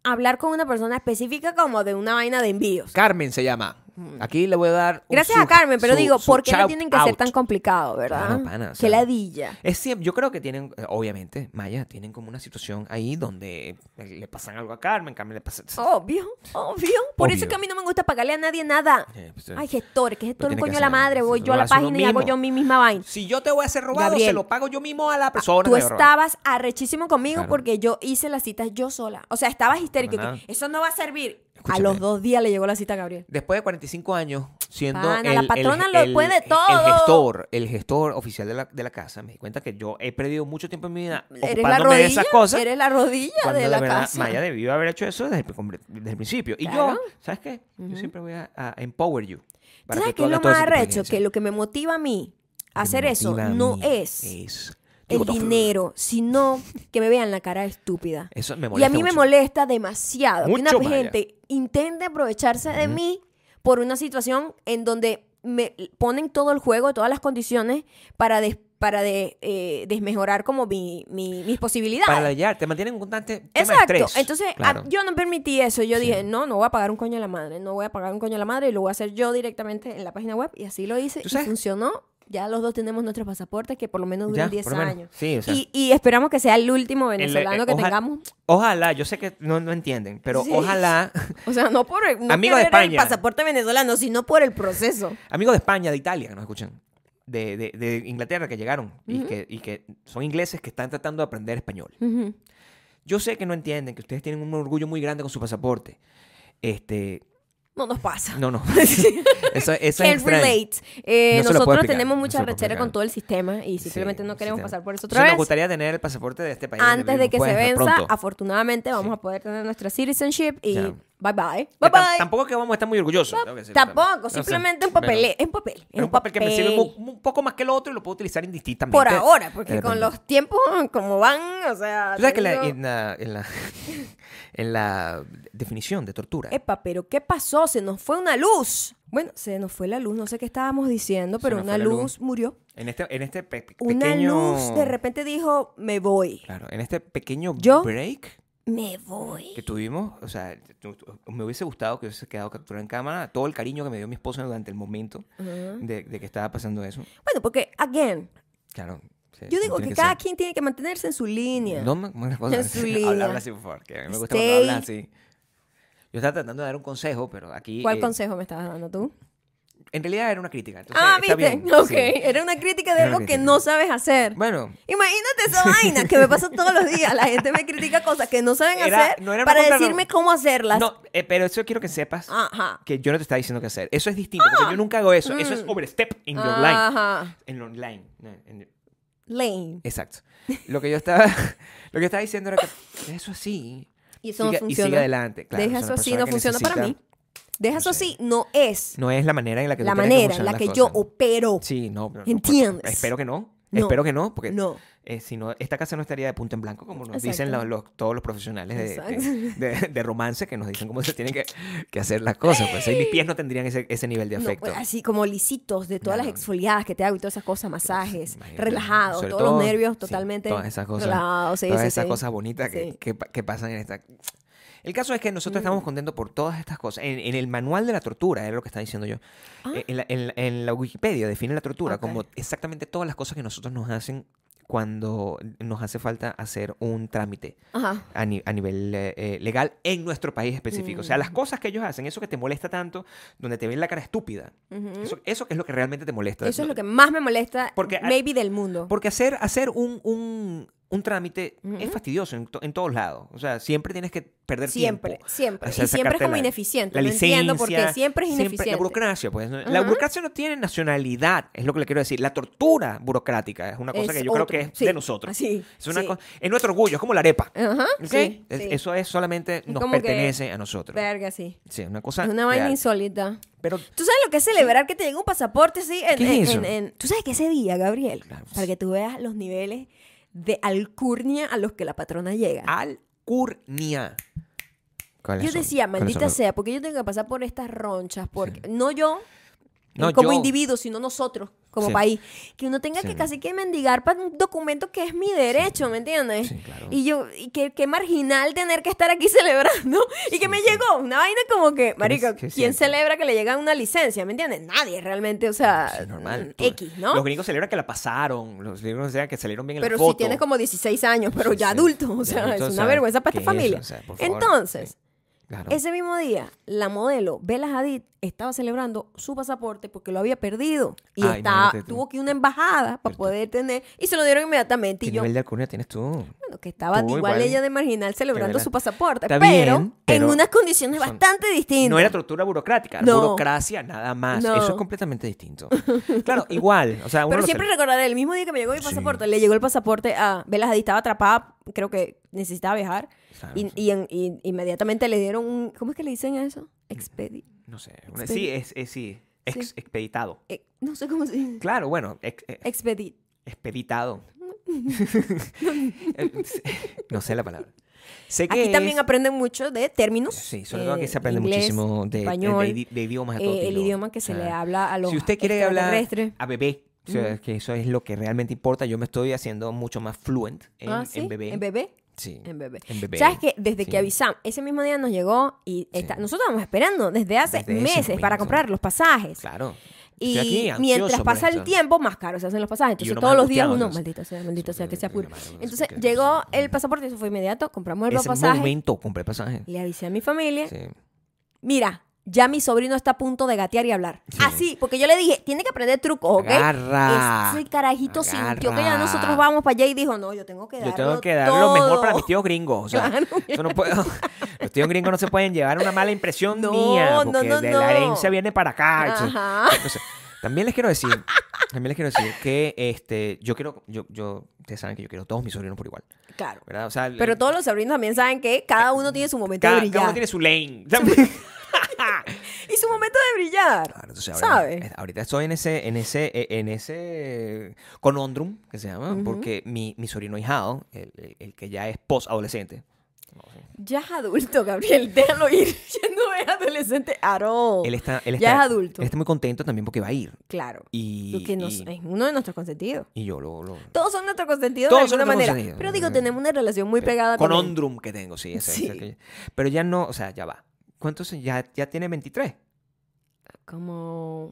S1: Hablar con una persona específica como de una vaina de envíos.
S2: Carmen se llama. Aquí le voy a dar.
S1: Mm.
S2: un
S1: Gracias a
S2: su-
S1: Carmen, pero
S2: su-
S1: digo,
S2: su
S1: ¿por qué no
S2: shout
S1: tienen que ser
S2: out.
S1: tan complicado, verdad?
S2: Claro, pana, o
S1: Qué
S2: sea,
S1: ladilla.
S2: Es siem- yo creo que tienen, eh, obviamente, Maya, tienen como una situación ahí donde eh, le pasan algo a Carmen, Carmen le pasa.
S1: Obvio, obvio. Por eso es
S2: Obvio.
S1: que a mí no me gusta pagarle a nadie nada.
S2: Eh, pues, eh,
S1: Ay, gestor, que gestor un
S2: tiene que
S1: coño de la
S2: hacer,
S1: madre. Voy
S2: lo
S1: yo a la
S2: hace uno
S1: página y hago
S2: mismo.
S1: yo mi misma vaina.
S2: eh, Si yo te voy a hacer robado,
S1: Gabriel.
S2: se lo pago yo mismo a la persona.
S1: Tú
S2: que me robó.
S1: estabas arrechísimo conmigo
S2: Claro.
S1: porque yo hice las citas yo sola. O sea, estabas histérico. y que,
S2: nada.
S1: Eso no va a servir.
S2: Escúchame.
S1: A los dos días le llegó la cita a Gabriel.
S2: Después de 45 años, siendo
S1: Pana,
S2: el,
S1: la
S2: el-
S1: patrona lo
S2: el-
S1: puede
S2: el-
S1: todo.
S2: el gestor, el gestor oficial de la, de la casa, me di cuenta que yo he perdido mucho tiempo en mi vida
S1: Eres la
S2: ocupándome
S1: rodilla.
S2: de esas cosas.
S1: Eres la rodilla
S2: cuando
S1: de la
S2: verdad
S1: casa.
S2: Maya debió haber hecho eso desde el, pri- desde el principio. Y
S1: Claro.
S2: yo, ¿sabes qué? Yo siempre voy a, a empower you. para
S1: ¿Sabes
S2: tú
S1: qué es
S2: hagas
S1: lo más
S2: todo ese tipo de
S1: arrecho?
S2: ejercicio.
S1: Que lo que me motiva a mí a hacer
S2: me
S1: eso
S2: motiva a
S1: no
S2: mí
S1: es, el
S2: Digo, "Tof".
S1: dinero, sino que me vean la cara estúpida.
S2: Eso me
S1: Y
S2: molesta
S1: a mí me
S2: mucho.
S1: molesta demasiado que
S2: Mucho,
S1: una
S2: Maya.
S1: gente intente aprovecharse de mí por una situación en donde me ponen todo el juego, todas las condiciones para, des- para de, eh, desmejorar como mi- mi- mis posibilidades.
S2: Para hallar, te mantienen en constante tema de
S1: Exacto.
S2: estrés.
S1: Entonces, a-
S2: Claro.
S1: yo no permití eso. Yo dije, no, no voy a pagar un coño a la madre. No voy a pagar un coño a la madre y lo voy a hacer yo directamente en la página web. Y así lo hice
S2: ¿Tú
S1: y
S2: sabes?
S1: funcionó. Ya los dos tenemos nuestros pasaportes que por lo menos
S2: Ya,
S1: duran 10
S2: por lo menos.
S1: años.
S2: Sí, o sea.
S1: y, y esperamos que sea el último
S2: El-
S1: venezolano
S2: eh,
S1: que
S2: oja-
S1: tengamos.
S2: Ojalá, yo sé que no, no entienden, pero
S1: Sí.
S2: ojalá,
S1: O sea, no por el, no
S2: Amigo de
S1: querer el
S2: España.
S1: pasaporte venezolano, sino por el proceso.
S2: amigos de España, de Italia, que nos escuchan, de, de- de Inglaterra que llegaron y, que, y que son ingleses que están tratando de aprender español.
S1: Ujú.
S2: Yo sé que no entienden, que ustedes tienen un orgullo muy grande con su pasaporte. Este,
S1: No nos pasa.
S2: no, no.
S1: Sí.
S2: Eso, eso es
S1: Can't
S2: extraño.
S1: relate. Eh,
S2: No se lo
S1: nosotros
S2: puedo explicar,
S1: tenemos
S2: no se
S1: mucha
S2: lo puedo
S1: rechera con
S2: explicar.
S1: todo el sistema y simplemente
S2: Sí,
S1: no queremos
S2: sí,
S1: pasar por eso
S2: O
S1: otra
S2: sea,
S1: vez.
S2: Nos gustaría tener el pasaporte de este país. donde
S1: Antes de
S2: vivimos,
S1: que se
S2: pues,
S1: venza,
S2: pronto.
S1: afortunadamente vamos a poder tener nuestra citizenship y
S2: Ya.
S1: bye bye.
S2: Que
S1: Bye
S2: tam-
S1: bye.
S2: Tampoco es que vamos a estar muy orgullosos. tengo que decirlo también.
S1: Tampoco,
S2: O sea,
S1: simplemente un
S2: bueno,
S1: papel. Es un papel. Es
S2: Es un papel que me sirve
S1: papel.
S2: mu- un poco más que el otro y lo puedo utilizar indistintamente.
S1: Por ahora, porque
S2: De
S1: con
S2: repente.
S1: los tiempos como van, o sea.
S2: Tú
S1: te
S2: sabes que la-
S1: digo-
S2: en, la, en, la, en la definición de tortura
S1: Epa, pero ¿qué pasó? Se nos fue una luz. Bueno, se nos fue la luz, no sé qué estábamos diciendo, pero
S2: nos
S1: una
S2: fue la
S1: luz,
S2: luz.
S1: murió.
S2: En este, en este pe- pe-
S1: Una
S2: pequeño.
S1: luz de repente dijo, me voy,
S2: Claro, en este pequeño
S1: Yo-
S2: break
S1: me voy.
S2: que tuvimos, o sea, tu- tu- me hubiese gustado que hubiese quedado capturado en cámara todo el cariño que me dio mi esposa durante el momento
S1: Ajá.
S2: de, de que estaba pasando eso.
S1: Bueno, porque, again,
S2: Claro. sí,
S1: yo digo
S2: Eh, tiene
S1: que, cada
S2: ser.
S1: quien tiene que mantenerse en su línea.
S2: No, me- ¿cómo es la cosa?
S1: En su
S2: Habla,
S1: línea.
S2: habla así, por favor, que a mí me gusta cuando habla así. Yo estaba tratando de dar un consejo, pero aquí...
S1: ¿Cuál
S2: eh,
S1: consejo me estabas dando tú?
S2: En realidad era una crítica. entonces
S1: ah,
S2: está
S1: viste,
S2: bien,
S1: ok.
S2: sí.
S1: Era una crítica de
S2: Era una
S1: algo que
S2: crítica.
S1: no sabes hacer.
S2: Bueno,
S1: Imagínate esa vaina que me pasa todos los días. La gente me critica cosas que no saben
S2: Era-
S1: hacer
S2: no era una
S1: para
S2: contra-
S1: decirme cómo hacerlas.
S2: no, eh, pero eso quiero que sepas
S1: Ajá.
S2: que yo no te estaba diciendo qué hacer. Eso es distinto, porque yo nunca hago eso. Eso
S1: Mm.
S2: es overstep in your
S1: Ah.
S2: line.
S1: Ajá.
S2: En lo online. no, en-
S1: Lane.
S2: exacto. Lo que yo estaba, lo que estaba diciendo era que eso así.
S1: Y eso no
S2: siga-
S1: funciona.
S2: Y sigue adelante. Claro,
S1: Deja
S2: es
S1: eso
S2: una
S1: así,
S2: persona
S1: no
S2: que
S1: funciona para mí.
S2: necesita-
S1: Deja eso así, no es
S2: No es la manera en la que
S1: la
S2: tú tienes que
S1: manera en
S2: funcionar
S1: la que
S2: las
S1: yo
S2: cosas.
S1: opero.
S2: Sí, no. pero no,
S1: ¿Entiendes?
S2: pues, espero que no.
S1: No.
S2: Espero que no, porque
S1: No.
S2: eh, si no, esta casa no estaría de punto en blanco, como nos dicen
S1: Exacto.
S2: los- los- todos los profesionales de, de-
S1: Exacto.
S2: de- de romance, que nos dicen cómo se tienen que, que hacer las cosas. Pues ahí mis pies no tendrían ese, ese nivel de
S1: No, pues,
S2: afecto.
S1: así como lisitos de todas
S2: No,
S1: las
S2: no.
S1: exfoliadas que te hago y todas esas cosas, masajes,
S2: Imagínate.
S1: relajados,
S2: Sobre
S1: todos
S2: todo,
S1: los nervios
S2: sí,
S1: totalmente
S2: todas esas cosas,
S1: relajados. sí,
S2: todas
S1: sí,
S2: esas
S1: sí.
S2: cosas bonitas que,
S1: Sí.
S2: que pa- que pasan en esta El caso es que nosotros estamos contentos por todas estas cosas. En, en el manual de la tortura, era lo que estaba diciendo yo.
S1: Ah.
S2: En, la, en la- en la Wikipedia define la tortura
S1: Ok.
S2: como exactamente todas las cosas que nosotros nos hacen cuando nos hace falta hacer un trámite
S1: Ajá.
S2: a, ni- a nivel eh, eh, legal en nuestro país específico. O sea,
S1: Mm.
S2: las cosas que ellos hacen, eso que te molesta tanto, donde te ven la cara estúpida.
S1: Ujú.
S2: Eso, eso que es lo que realmente te molesta.
S1: ¿Mm? Eso es
S2: No-
S1: lo que más me molesta,
S2: Porque-
S1: maybe del mundo.
S2: Porque hacer, hacer un, un- un trámite es
S1: Ujú.
S2: fastidioso en, to- en todos lados. O sea, siempre tienes que perder
S1: siempre,
S2: tiempo.
S1: siempre.
S2: O sea,
S1: y siempre es
S2: sacarte
S1: como
S2: la-
S1: ineficiente.
S2: La
S1: no
S2: licencia.
S1: entiendo por qué. Siempre es
S2: La
S1: ineficiente.
S2: burocracia, pues. ¿no? La
S1: Ajá.
S2: burocracia no tiene nacionalidad, es lo que le quiero decir. La tortura burocrática es una cosa
S1: Es
S2: que yo
S1: otro,
S2: creo que es
S1: sí,
S2: de nosotros.
S1: así,
S2: es, una
S1: sí.
S2: co- es nuestro orgullo, es como la arepa.
S1: Ajá,
S2: ¿ok?
S1: sí,
S2: Es-
S1: sí.
S2: Eso es solamente nos
S1: como que-
S2: pertenece a nosotros.
S1: Verga, sí.
S2: Sí, una cosa.
S1: Es una vaina
S2: real.
S1: insólita.
S2: Pero
S1: ¿Tú sabes lo que es celebrar que te llegue un pasaporte así? En,
S2: ¿Qué es
S1: en-
S2: eso?
S1: en- en- ¿Tú sabes que ese día, Gabriel?
S2: Claro, pues.
S1: Para que tú veas los niveles de alcurnia a los que la patrona llega.
S2: Ah, alcurnia. ¿Cuáles
S1: Ah. yo
S2: son?
S1: decía,
S2: ¿Cuáles son
S1: maldita
S2: los-
S1: sea, porque yo tengo que pasar por estas ronchas, porque no yo
S2: No,
S1: como
S2: yo-
S1: individuo, sino nosotros como
S2: Sí.
S1: país, que uno tenga
S2: Sí.
S1: que casi que mendigar para un documento que es mi derecho, ¿me entiendes?
S2: Sí, claro.
S1: Y yo, y que, que marginal tener que estar aquí celebrando y que me llegó una vaina como que, marico,
S2: qué
S1: ¿quién
S2: siento?
S1: celebra que le llega una licencia? ¿Me entiendes? Nadie realmente, o sea,
S2: Sí, normal. eh,
S1: mm, X, ¿no?
S2: Los gringos celebran que la pasaron. Los gringos celebran que salieron bien en
S1: Pero
S2: la foto.
S1: si tienes como 16 años, pero
S2: Sí,
S1: ya
S2: sí.
S1: adulto,
S2: Ya
S1: o sea,
S2: adulto,
S1: es
S2: o
S1: una
S2: sea,
S1: vergüenza para
S2: ¿qué
S1: esta
S2: es eso?
S1: familia.
S2: O sea, por favor, eh,
S1: Entonces,
S2: sí, claro.
S1: ese mismo día, la modelo Bella Hadid estaba celebrando su pasaporte porque lo había perdido. Y estaba,
S2: Ah, imagínate tú.
S1: tuvo que ir a una embajada para poder tener. Y se lo dieron inmediatamente.
S2: ¿Qué
S1: Y yo,
S2: nivel de alcurnia tienes tú?
S1: bueno, que estaba
S2: Tú
S1: igual,
S2: igual
S1: ella de marginal celebrando
S2: verás.
S1: su pasaporte.
S2: Está
S1: pero,
S2: bien, pero
S1: en unas condiciones
S2: son-
S1: bastante distintas.
S2: No era tortura burocrática, era
S1: No.
S2: burocracia nada más.
S1: No.
S2: Eso es completamente distinto. Claro, igual. O sea, uno
S1: pero
S2: lo
S1: siempre
S2: celebra.
S1: recordaré, el mismo día que me llegó mi
S2: Sí.
S1: pasaporte, le llegó el pasaporte a Bella Hadid, estaba atrapada, creo que necesitaba viajar.
S2: Claro,
S1: y,
S2: Ah, sí.
S1: y en- y inmediatamente le dieron un. ¿Cómo es que le dicen a eso? Expedi.
S2: No sé. una- Sí, es, es- sí. Ex-
S1: Sí.
S2: Expeditado.
S1: eh, no sé cómo se dice.
S2: Claro, bueno, ex- eh,
S1: Expedit.
S2: expeditado. Eh, no sé la palabra. Sé que
S1: Aquí también
S2: es-
S1: aprenden mucho de términos.
S2: Sí, sobre todo
S1: eh,
S2: aquí se aprende
S1: inglés,
S2: muchísimo de, de-
S1: español,
S2: de idi- de idiomas de todo
S1: eh, el
S2: tipo.
S1: idioma que se
S2: Claro.
S1: le habla a los
S2: si usted quiere hablar
S1: extraterrestres.
S2: a bebé, o sea, que eso es lo que realmente importa, yo me estoy haciendo mucho más fluent en,
S1: Ah,
S2: en
S1: ¿sí?
S2: bebé.
S1: En bebé.
S2: Sí.
S1: En bebé.
S2: En bebé.
S1: ¿Sabes que Desde
S2: Sí.
S1: que avisamos, ese mismo día nos llegó y está-
S2: Sí.
S1: nosotros estamos esperando desde hace
S2: Desde ese
S1: meses para
S2: momento.
S1: comprar los pasajes.
S2: Claro.
S1: Y
S2: Estoy aquí, ansioso
S1: mientras
S2: por
S1: pasa el
S2: esto.
S1: tiempo, más caros se hacen los pasajes. Entonces
S2: uno
S1: todos
S2: más
S1: los días
S2: angustiado,
S1: uno,
S2: entonces.
S1: maldito sea, maldito sea, que se apure.
S2: Madre mía,
S1: Entonces
S2: qué-
S1: llegó el pasaporte, eso fue inmediato, compramos el
S2: Ese mismo
S1: pasaje,
S2: momento compré pasaje.
S1: le avisé a mi familia,
S2: Sí.
S1: mira, ya mi sobrino está a punto de gatear y hablar.
S2: Sí.
S1: Así, porque yo le dije, tiene que aprender trucos, ¿ok?
S2: Agarra.
S1: Ese carajito sintió que ya
S2: Agarra.
S1: nosotros vamos para allá y dijo, no, yo tengo que dar
S2: Yo tengo que dar lo mejor para mis tíos gringos. O sea,
S1: Claro.
S2: eso no puedo- los tíos gringos no se pueden llevar una mala impresión
S1: No,
S2: mía.
S1: no,
S2: Porque
S1: no,
S2: de
S1: no.
S2: la herencia viene para acá. O sea,
S1: Ajá.
S2: O sea, también les quiero decir, también les quiero decir que este, yo quiero, yo, yo, ustedes saben que yo quiero todos mis sobrinos por igual,
S1: Claro.
S2: ¿verdad? O sea,
S1: Pero todos los sobrinos también saben que cada uno tiene su momento
S2: cada,
S1: de
S2: cada uno
S1: brillar.
S2: tiene su lane.
S1: Y su momento de brillar.
S2: Claro, entonces ahora- eh,
S1: ¿Sabes?
S2: Ahorita estoy en ese, en ese, eh, en ese conondrum que se llama, porque mi, mi sobrino hijado, el, el- el que ya es post adolescente,
S1: Ya es adulto, Gabriel. Déjalo ir. Ya no es adolescente at all.
S2: él está, él
S1: Oh, Ya
S2: está-
S1: es adulto.
S2: él está muy contento también porque va a ir
S1: Claro.
S2: y,
S1: Lo que nos-
S2: y-
S1: es uno de nuestros consentidos.
S2: y yo lo, lo-
S1: Todos son nuestros consentidos
S2: Todos
S1: de
S2: son
S1: alguna
S2: nuestros
S1: manera.
S2: consentidos.
S1: Pero digo, tenemos una relación muy pegada
S2: con
S1: también.
S2: Ondrum que tengo, sí, ese, ese
S1: Sí.
S2: que- Pero ya no, o sea, ya va. ¿Cuántos? Ya, ya tiene 23.
S1: Como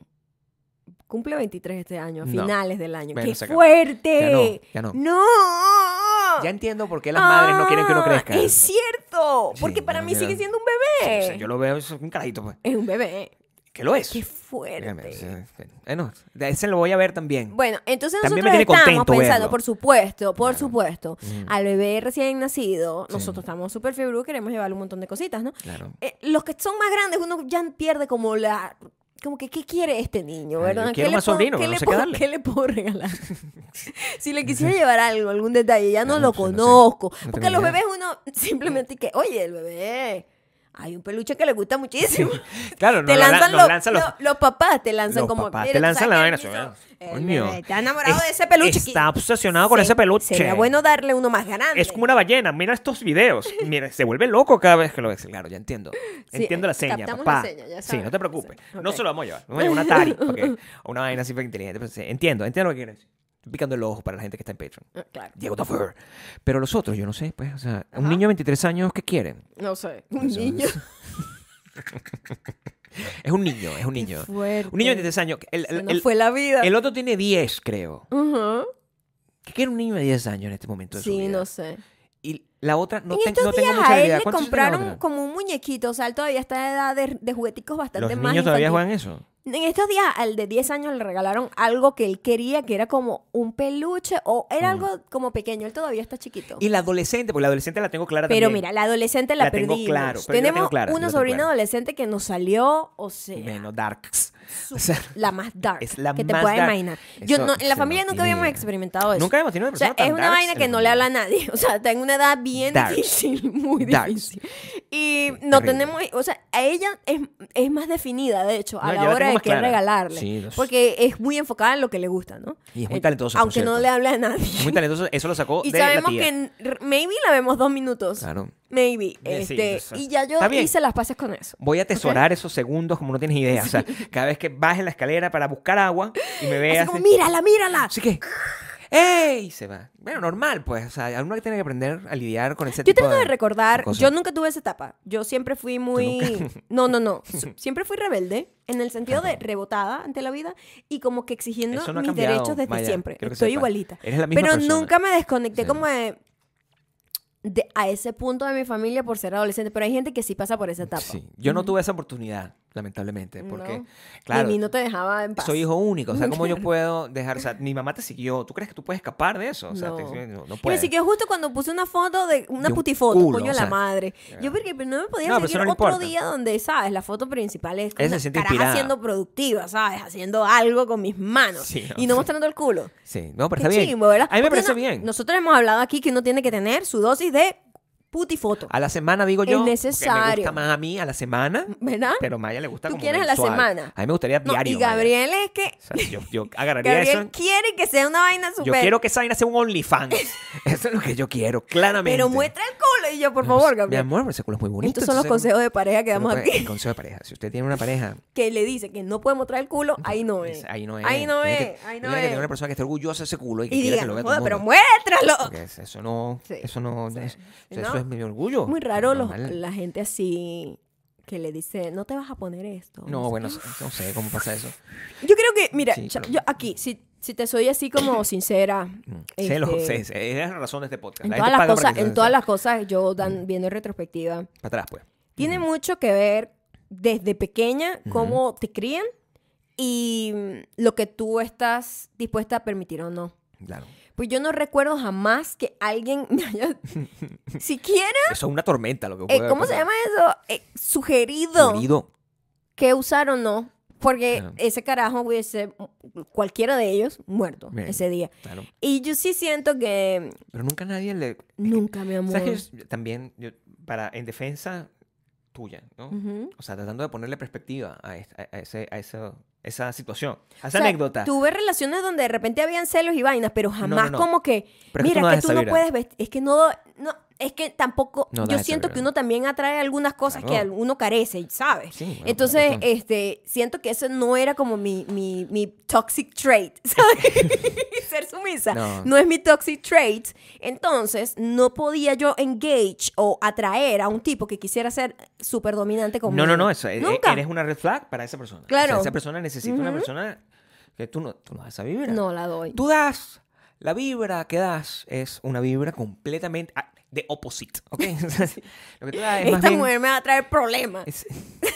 S1: cumple 23 este año, a
S2: No.
S1: finales del año.
S2: Bueno,
S1: ¡Qué
S2: se acabó. Ya no,
S1: fuerte!
S2: ya no.
S1: ¡No!
S2: Ya entiendo por qué las madres no quieren que uno
S1: Ah,
S2: crezca.
S1: Es cierto,
S2: Sí,
S1: porque para
S2: ya,
S1: mí
S2: ya.
S1: sigue siendo un
S2: Sí, o
S1: bebé.
S2: sea, yo lo veo, es un carajito, pues.
S1: Es un bebé.
S2: Que lo es.
S1: Qué fuerte.
S2: Dígame, o sea, eh, no, de ese lo voy a ver también.
S1: Bueno, entonces
S2: También
S1: nosotros
S2: me tiene
S1: estamos
S2: contento
S1: pensando,
S2: verlo.
S1: por supuesto, por supuesto,
S2: Mm.
S1: al bebé recién nacido,
S2: Sí.
S1: nosotros estamos súper fiebre, queremos llevarle un montón de cositas, ¿no?
S2: Claro.
S1: Eh, los que son más grandes, uno ya pierde como la... Como que, ¿qué quiere este niño,
S2: Claro, yo
S1: verdad?
S2: quiero
S1: ¿Qué, le
S2: más
S1: puedo,
S2: sobrino,
S1: ¿qué,
S2: no
S1: le
S2: sé qué
S1: puedo,
S2: darle.
S1: qué le puedo regalar? si le quisiera llevar algo, algún detalle, ya no
S2: Claro,
S1: lo
S2: sí, no sé.
S1: conozco.
S2: No
S1: porque
S2: tengo
S1: a los
S2: idea.
S1: bebés uno simplemente que, oye, el bebé, hay un peluche que le gusta muchísimo.
S2: Claro,
S1: te
S2: nos la-
S1: lanzan,
S2: nos
S1: los,
S2: lanzan los-
S1: lo- los papás te lanzan
S2: los
S1: como
S2: papás
S1: "Mira,
S2: te
S1: ¿tú
S2: lanzan la
S1: sabes
S2: vaina.
S1: quién
S2: señora.
S1: hizo? Eh, El
S2: Coño.
S1: bebé Está enamorado
S2: Es-
S1: de ese peluche. que-
S2: Está obsesionado con
S1: Se-
S2: ese peluche.
S1: Sería bueno darle uno más grande.
S2: Es como una ballena. Mira estos videos. Mira, se vuelve loco cada vez que lo ves. Claro, ya entiendo.
S1: Sí, eh,
S2: entiendo la seña,
S1: captamos
S2: papá.
S1: la seña, ya
S2: sí,
S1: sabes.
S2: no te preocupes.
S1: Sí,
S2: No
S1: ok.
S2: se lo vamos a llevar. Vamos a llevar una Atari. ok, o Una vaina así para inteligente. pero sí, entiendo, entiendo lo que quieres decir. picando el ojo para la gente que está en Patreon.
S1: Ah, Claro.
S2: Diego Taffer. Pero los otros, yo no sé, pues, o sea,
S1: Ajá.
S2: un niño de 23 años, ¿qué quieren?
S1: No sé. Un
S2: Eso
S1: niño.
S2: es- es un niño, es un niño.
S1: Qué fuerte.
S2: Un niño de 23 años. El,
S1: Se
S2: el-
S1: nos
S2: el-
S1: fue la vida.
S2: el otro tiene 10, creo.
S1: Ujú.
S2: ¿Qué quiere un niño de 10 años en este momento? De su
S1: Sí,
S2: vida?
S1: no sé.
S2: Y la otra no,
S1: en
S2: te-
S1: estos
S2: no tengo
S1: días
S2: mucha
S1: a él
S2: idea.
S1: le
S2: ¿Cuántos años tiene la
S1: compraron
S2: otra?
S1: como un muñequito. O sea, él todavía está en edad de, de jugueticos bastante
S2: Los
S1: más
S2: niños todavía
S1: infantil.
S2: juegan eso.
S1: En estos días, al de 10 años le regalaron algo que él quería, que era como un peluche o era
S2: Mm.
S1: algo como pequeño. Él todavía está chiquito.
S2: Y la adolescente, porque la adolescente la tengo clara
S1: Pero
S2: también.
S1: mira, la adolescente la,
S2: La tengo
S1: perdimos.
S2: claro, pero yo la
S1: Tenemos
S2: tengo clara, yo la
S1: una
S2: tengo
S1: sobrina
S2: clara.
S1: adolescente que nos salió, o sea,
S2: Menos darks.
S1: su-
S2: O sea,
S1: la más dark
S2: es la
S1: que te
S2: más
S1: puedas
S2: dark.
S1: imaginar. Yo
S2: Eso
S1: no, en
S2: se
S1: la
S2: no
S1: familia nunca
S2: tiene
S1: habíamos
S2: idea.
S1: experimentado eso.
S2: Nunca hemos tenido una
S1: O sea,
S2: persona
S1: es
S2: tan
S1: una
S2: darks
S1: vaina
S2: en
S1: que
S2: la
S1: no le habla
S2: familia.
S1: a nadie. O sea, está en una edad bien
S2: Darks.
S1: difícil, muy
S2: Darks.
S1: difícil. Y
S2: Sí,
S1: no
S2: terrible.
S1: tenemos, o sea, a ella es, es más definida, de hecho, a
S2: No, yo
S1: la
S2: la
S1: hora
S2: tengo
S1: de
S2: más
S1: qué
S2: clara.
S1: regalarle.
S2: Sí, los-
S1: Porque es muy enfocada en lo que le gusta, ¿no?
S2: Y es muy
S1: Eh,
S2: talentosa, por
S1: Aunque no
S2: cierto.
S1: le hable a nadie.
S2: Muy talentoso. Eso lo sacó
S1: y
S2: de la
S1: sabemos
S2: tía.
S1: que en- r- maybe la vemos dos minutos.
S2: Claro.
S1: Maybe.
S2: Eh, sí,
S1: este,
S2: eso-
S1: y ya yo
S2: está bien.
S1: hice las pases con eso.
S2: Voy a atesorar esos segundos como no tienes idea. O sea, cada vez que baje la escalera para buscar agua y me veas.
S1: Así como, mírala, mírala.
S2: Así que. ¡Ey! Se va. Bueno, normal, pues. O sea, uno que tiene que aprender a lidiar con ese
S1: Yo
S2: este tipo
S1: trato
S2: de.
S1: de recordar,
S2: cosa.
S1: yo nunca tuve esa etapa. Yo siempre fui muy...
S2: nunca?
S1: No, no, no. Su- Siempre fui rebelde, en el sentido de rebotada ante la vida y como que exigiendo
S2: Eso no ha
S1: mis
S2: cambiado,
S1: derechos desde
S2: Maya,
S1: siempre.
S2: quiero que
S1: Estoy
S2: sepas.
S1: igualita.
S2: Eres la misma
S1: Pero
S2: persona.
S1: nunca me desconecté
S2: Sí.
S1: como de, de- a ese punto de mi familia por ser adolescente. Pero hay gente que sí pasa por esa etapa.
S2: Sí. Yo no tuve esa oportunidad, lamentablemente. Porque,
S1: Mm. No.
S2: claro.
S1: Y a mí no te dejaba en paz.
S2: soy hijo único, o sea, ¿cómo yo puedo dejar? O sea, mi mamá te siguió. ¿Tú crees que tú puedes escapar de eso? O sea,
S1: No.
S2: te- no, no
S1: Y me
S2: puedes.
S1: siguió justo cuando puse una foto de una
S2: De un
S1: putifoto,
S2: culo,
S1: coño
S2: o
S1: la
S2: sea.
S1: madre. Yo porque pero no me podía
S2: No, pero eso
S1: seguir
S2: no le
S1: otro
S2: importa.
S1: día donde, ¿sabes? La foto principal es
S2: Ella
S1: una
S2: se siente
S1: caraja
S2: inspirada.
S1: siendo productiva, ¿sabes? Haciendo algo con mis manos
S2: Sí,
S1: y
S2: o
S1: no
S2: sea.
S1: mostrando el culo.
S2: Sí, no, pero
S1: Qué
S2: está bien.
S1: chimbo, ¿verdad?
S2: A mí me
S1: Porque
S2: parece
S1: uno-
S2: bien.
S1: Nosotros hemos hablado aquí que uno tiene que tener su dosis de putifoto,
S2: A la semana digo
S1: Es
S2: yo. porque Me
S1: necesario.
S2: gusta más a mí a la semana,
S1: ¿verdad?
S2: pero a Maya le gusta
S1: Tú
S2: como
S1: quieres a la
S2: mensual.
S1: semana.
S2: A mí me gustaría
S1: No,
S2: diario.
S1: y
S2: Maya.
S1: Gabriel es que
S2: O sea, yo, yo agarraría
S1: Gabriel
S2: eso.
S1: quiere que sea una vaina
S2: Yo
S1: super
S2: quiero que esa vaina sea un OnlyFans. Eso es lo que yo quiero, claramente.
S1: pero muestra el culo y yo, por favor,
S2: Mi
S1: Gabriel.
S2: amor, pero ese culo es muy bonito.
S1: Estos son los
S2: entonces,
S1: consejos de pareja que
S2: uno
S1: damos
S2: puede-
S1: aquí.
S2: El consejo de pareja. Si usted tiene una pareja,
S1: que le dice que no puede mostrar el culo, ahí no es.
S2: es- pues, ahí no es.
S1: Ahí no
S2: Tiene
S1: es.
S2: que-
S1: ahí
S2: tiene
S1: no
S2: que tener una
S1: es.
S2: persona que esté orgullosa de ese culo y que
S1: Y
S2: quiera
S1: diga,
S2: que lo vea todo
S1: "Joda,
S2: el
S1: pero
S2: mundo".
S1: muéstralo.
S2: Porque es- eso no,
S1: Sí,
S2: eso no,
S1: sí.
S2: es- o sea,
S1: ¿No?
S2: eso es mi orgullo.
S1: Muy raro los-
S2: Normal.
S1: la gente así que le dice, no te vas a poner esto.
S2: No, bueno, no sé cómo pasa eso.
S1: Yo creo que, mira,
S2: Sí,
S1: cha-
S2: pero-
S1: yo aquí, si, si te soy así como sincera.
S2: Mm, Sé lo
S1: este,
S2: sé, sé, es la razón de este podcast.
S1: En
S2: La
S1: todas,
S2: gente
S1: las
S2: paga para
S1: cosas,
S2: que se-
S1: en todas las cosas, yo
S2: Mm.
S1: dan, viendo en retrospectiva,
S2: Para atrás, pues.
S1: tiene mucho que ver desde pequeña cómo te crían y mm, lo que tú estás dispuesta a permitir o no.
S2: Claro.
S1: Pues yo no recuerdo jamás que alguien me haya siquiera,
S2: Eso es una tormenta lo que
S1: eh,
S2: puede
S1: ¿cómo se
S2: pasar.
S1: llama eso? Eh, sugerido
S2: Unido.
S1: que usar o no. Porque
S2: Claro.
S1: ese carajo hubiese, cualquiera de ellos, muerto
S2: Bien.
S1: ese día.
S2: Claro.
S1: Y yo sí siento que
S2: Pero nunca nadie le.
S1: nunca, mi amor.
S2: ¿Sabes que yo- también, yo- para, en defensa tuya, ¿no?
S1: Ujú.
S2: O sea, tratando de ponerle perspectiva a, es- a- a ese, a eso- esa situación, a
S1: O
S2: esa
S1: sea,
S2: anécdota.
S1: Tuve relaciones donde de repente habían celos y vainas, pero jamás
S2: no.
S1: como que,
S2: Pero es que
S1: mira,
S2: tú no
S1: que
S2: das
S1: tú
S2: esa
S1: no
S2: vibra.
S1: puedes vestir. Es que no, no, es que tampoco,
S2: No
S1: yo
S2: das esa
S1: siento
S2: vibra.
S1: que uno también atrae algunas cosas
S2: Claro.
S1: que uno carece, ¿sabes?
S2: Sí, bueno, pues, por
S1: Entonces,
S2: supuesto.
S1: este, siento que eso no era como mi, mi, mi toxic trait, ¿sabes? Ser sumisa. No.
S2: No.
S1: es mi toxic trait. Entonces, no podía yo engage o atraer a un tipo que quisiera ser súper dominante conmigo.
S2: no, no, no, eso, e-
S1: Nunca.
S2: eres una red flag para esa persona. O sea,
S1: Claro.
S2: esa persona necesita una persona que tú no, tú no das esa vibra.
S1: No la doy.
S2: Tú das, la vibra que das es una vibra completamente ah, de opposite, ¿ok? O sea, sí, Lo que tú das es más
S1: Esta
S2: bien-
S1: mujer me va a traer problemas.
S2: es-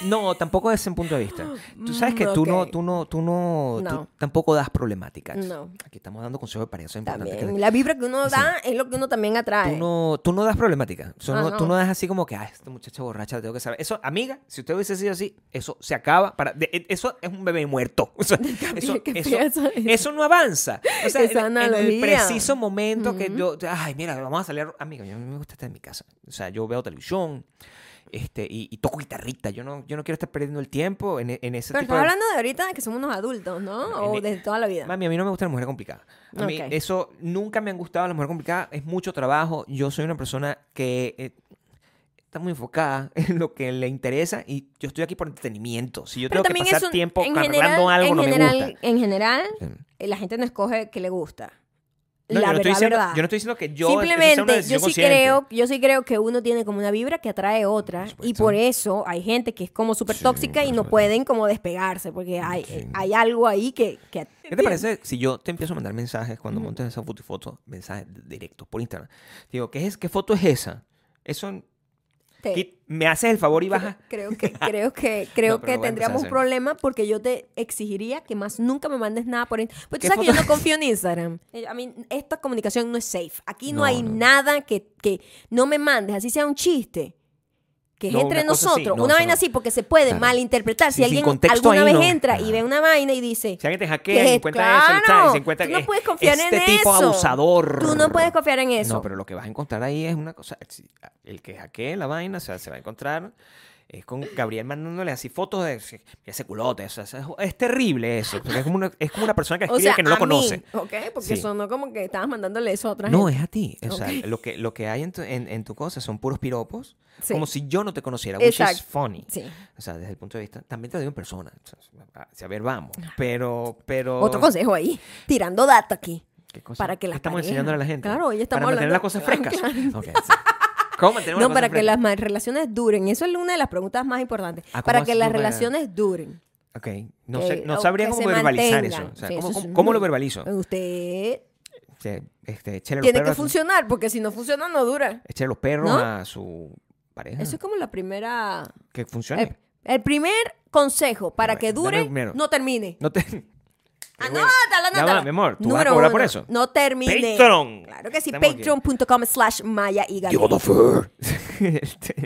S2: no, tampoco desde ese punto de vista. Tú sabes que tú no,
S1: Mm, ok.
S2: tú no, tú no, tú
S1: No.
S2: tampoco das problemáticas.
S1: No.
S2: Aquí estamos dando consejos de pareja, eso es importante. que-
S1: También. La vibra que uno da es lo que uno también atrae.
S2: Tú no, tú no das problemática. Eso
S1: Ah,
S2: no-
S1: no.
S2: Tú no das así como que, ah, esta muchacha borracha, la tengo que saber. Eso, amiga, si usted hubiese sido así, eso se acaba. Para, de- e- eso es un bebé muerto. O sea, eso,
S1: qué
S2: eso-
S1: fea esa-
S2: eso no avanza. O sea,
S1: Esa
S2: en, en
S1: analogía.
S2: el preciso momento que yo, ay, mira, vamos a salir. a- Amiga, yo a mí me gusta estar en mi casa. O sea, yo veo televisión. Este, y, y toco guitarrita. Yo no, yo no quiero estar perdiendo el tiempo en, e- en ese
S1: Pero
S2: tipo
S1: estás
S2: de-
S1: hablando de ahorita de que somos unos adultos, ¿no?
S2: En
S1: O
S2: el-
S1: desde toda la vida.
S2: Mami, a mí no me gustan las mujeres complicadas. A mí
S1: Ok.
S2: eso nunca me han gustado las mujeres complicadas. Es mucho trabajo. Yo soy una persona que eh, está muy enfocada en lo que le interesa y yo estoy aquí por entretenimiento. Si yo
S1: Pero
S2: tengo que
S1: también
S2: pasar
S1: es un,
S2: tiempo
S1: en
S2: arreglando
S1: general,
S2: algo,
S1: en
S2: no
S1: general,
S2: me gusta.
S1: En general,
S2: Mm.
S1: eh, la gente no escoge que le gusta. la
S2: No, yo, no
S1: verdad,
S2: estoy diciendo,
S1: verdad.
S2: yo no estoy diciendo que yo eso sea una
S1: Simplemente, yo
S2: decisión
S1: sí
S2: consciente.
S1: creo, yo sí creo que uno tiene como una vibra que atrae otra
S2: Por
S1: y
S2: supuesto.
S1: por eso hay gente que es como súper
S2: Sí,
S1: tóxica y
S2: por
S1: no
S2: supuesto.
S1: pueden como despegarse porque hay,
S2: Sí.
S1: hay algo ahí que, que-
S2: ¿Qué te parece si yo te empiezo a mandar mensajes cuando montes esa foto y foto, mensajes directos por Instagram? Te Digo, ¿qué, es, ¿qué foto es esa? Eso
S1: te-
S2: quit- me haces el favor y bajas.
S1: creo que creo que creo
S2: pero
S1: que
S2: lo voy a empezar a
S1: tendríamos un
S2: hacer.
S1: problema porque yo te exigiría que más nunca me mandes nada por Instagram. Pues tú
S2: ¿Qué
S1: sabes que yo
S2: foto?
S1: no confío en Instagram. Eh, A mí esta comunicación no es safe. Aquí no,
S2: No,
S1: hay
S2: no.
S1: nada que, que no me mandes, así sea un chiste. Que es
S2: No,
S1: entre
S2: una cosa así,
S1: nosotros,
S2: no,
S1: una
S2: eso
S1: vaina
S2: no.
S1: así, porque se puede
S2: Claro.
S1: malinterpretar.
S2: Sí,
S1: si
S2: sin
S1: alguien
S2: contexto
S1: alguna
S2: ahí
S1: vez
S2: no.
S1: entra y
S2: Ajá.
S1: ve una vaina y dice,
S2: Si alguien te
S1: ¿Qué
S2: hackea
S1: es?
S2: y encuentra eso,
S1: Claro,
S2: ¿sabes? se encuentra
S1: tú no
S2: que
S1: puedes confiar
S2: este
S1: en
S2: tipo
S1: eso.
S2: abusador.
S1: Tú no puedes confiar en eso.
S2: No, pero lo que vas a encontrar ahí es una cosa. si- ah, El que hackee la vaina, o sea, se va a encontrar. Es con Gabriel mandándole así fotos de si- mira ese culote. o sea, es, es terrible eso. porque es, como una, es como una persona que
S1: o
S2: escribe
S1: sea,
S2: que no lo
S1: a mí,
S2: conoce.
S1: ¿ok? Porque
S2: Sí.
S1: sonó como que estabas mandándole eso a otra
S2: No,
S1: gente.
S2: es a ti. O sea,
S1: Ok.
S2: lo que, lo que hay en tu, en, en tu cosa son puros piropos.
S1: Sí.
S2: Como si yo no te conociera, which
S1: Exacto.
S2: is funny.
S1: Sí.
S2: O sea, desde el punto de vista, también te lo digo en persona. o sea, a- a ver, vamos. Pero, pero.
S1: Otro consejo ahí, tirando data aquí.
S2: ¿Qué cosa?
S1: para que las
S2: estamos
S1: parejas-
S2: enseñando a la gente.
S1: Claro, hoy estamos
S2: para mantener
S1: hablando-
S2: las cosas frescas.
S1: Claro.
S2: Ok, sí. ¿Cómo mantenemos
S1: No,
S2: las
S1: para
S2: cosas
S1: que las
S2: frescas?
S1: ma- relaciones duren. Eso es una de las preguntas más importantes.
S2: Ah, ¿cómo
S1: Para
S2: haces
S1: que
S2: tú
S1: las
S2: para-
S1: relaciones duren.
S2: Ok, no,
S1: que-
S2: sé, no
S1: o
S2: sabría
S1: que
S2: cómo
S1: se
S2: verbalizar
S1: mantengan.
S2: eso. O sea,
S1: Sí, eso
S2: ¿cómo,
S1: es
S2: cómo-
S1: un-
S2: cómo lo verbalizo?
S1: Usted
S2: O sea, este, echarle
S1: tiene
S2: los
S1: que
S2: perros, a,
S1: funcionar, porque si no funciona, no dura.
S2: echarle los perros
S1: ¿No?
S2: a su pareja.
S1: Eso Eh. es como la primera...
S2: Que funcione.
S1: El, el primer consejo para
S2: Dame-
S1: que
S2: dame
S1: dure,
S2: primero.
S1: no termine.
S2: No te...
S1: Anótala,
S2: Ya
S1: anótala.
S2: va, mi amor, tú vas a
S1: Número
S2: cobrar por
S1: uno,
S2: eso.
S1: No termine.
S2: Patreon.
S1: Claro que sí,
S2: Estamos aquí.
S1: patreon.com slash maya y Gabriel.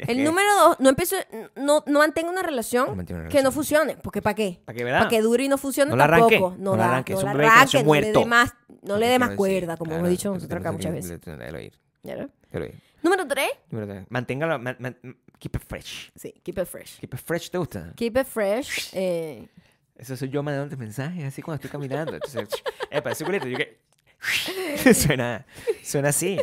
S1: El
S2: número
S1: número dos, no empiece, no, no mantenga una relación,
S2: No mantenga una
S1: que no
S2: relación.
S1: funcione. Porque ¿para qué?
S2: ¿Para qué, verdad?
S1: Para que dure y no funcione
S2: No la arranque,
S1: tampoco.
S2: no la
S1: da,
S2: arranque,
S1: no
S2: es un
S1: la
S2: bebé que nació
S1: arranque, no le dé
S2: muerto.
S1: más, no le dé más
S2: Quiero decir,
S1: cuerda, como hemos
S2: claro,
S1: dicho
S2: te
S1: nosotros acá
S2: tengo que-
S1: muchas veces.
S2: te- te- te lo oír,
S1: ¿Ya?
S2: te lo oír.
S1: Número tres,
S2: Número tres, Manténgalo, man- man- keep it fresh.
S1: sí, keep it fresh.
S2: Keep it fresh, ¿te gusta?
S1: Keep it fresh. eh,
S2: Eso soy yo mandándote mensajes así cuando estoy caminando. Entonces, eh, parece culito. Yo que. suena, suena así.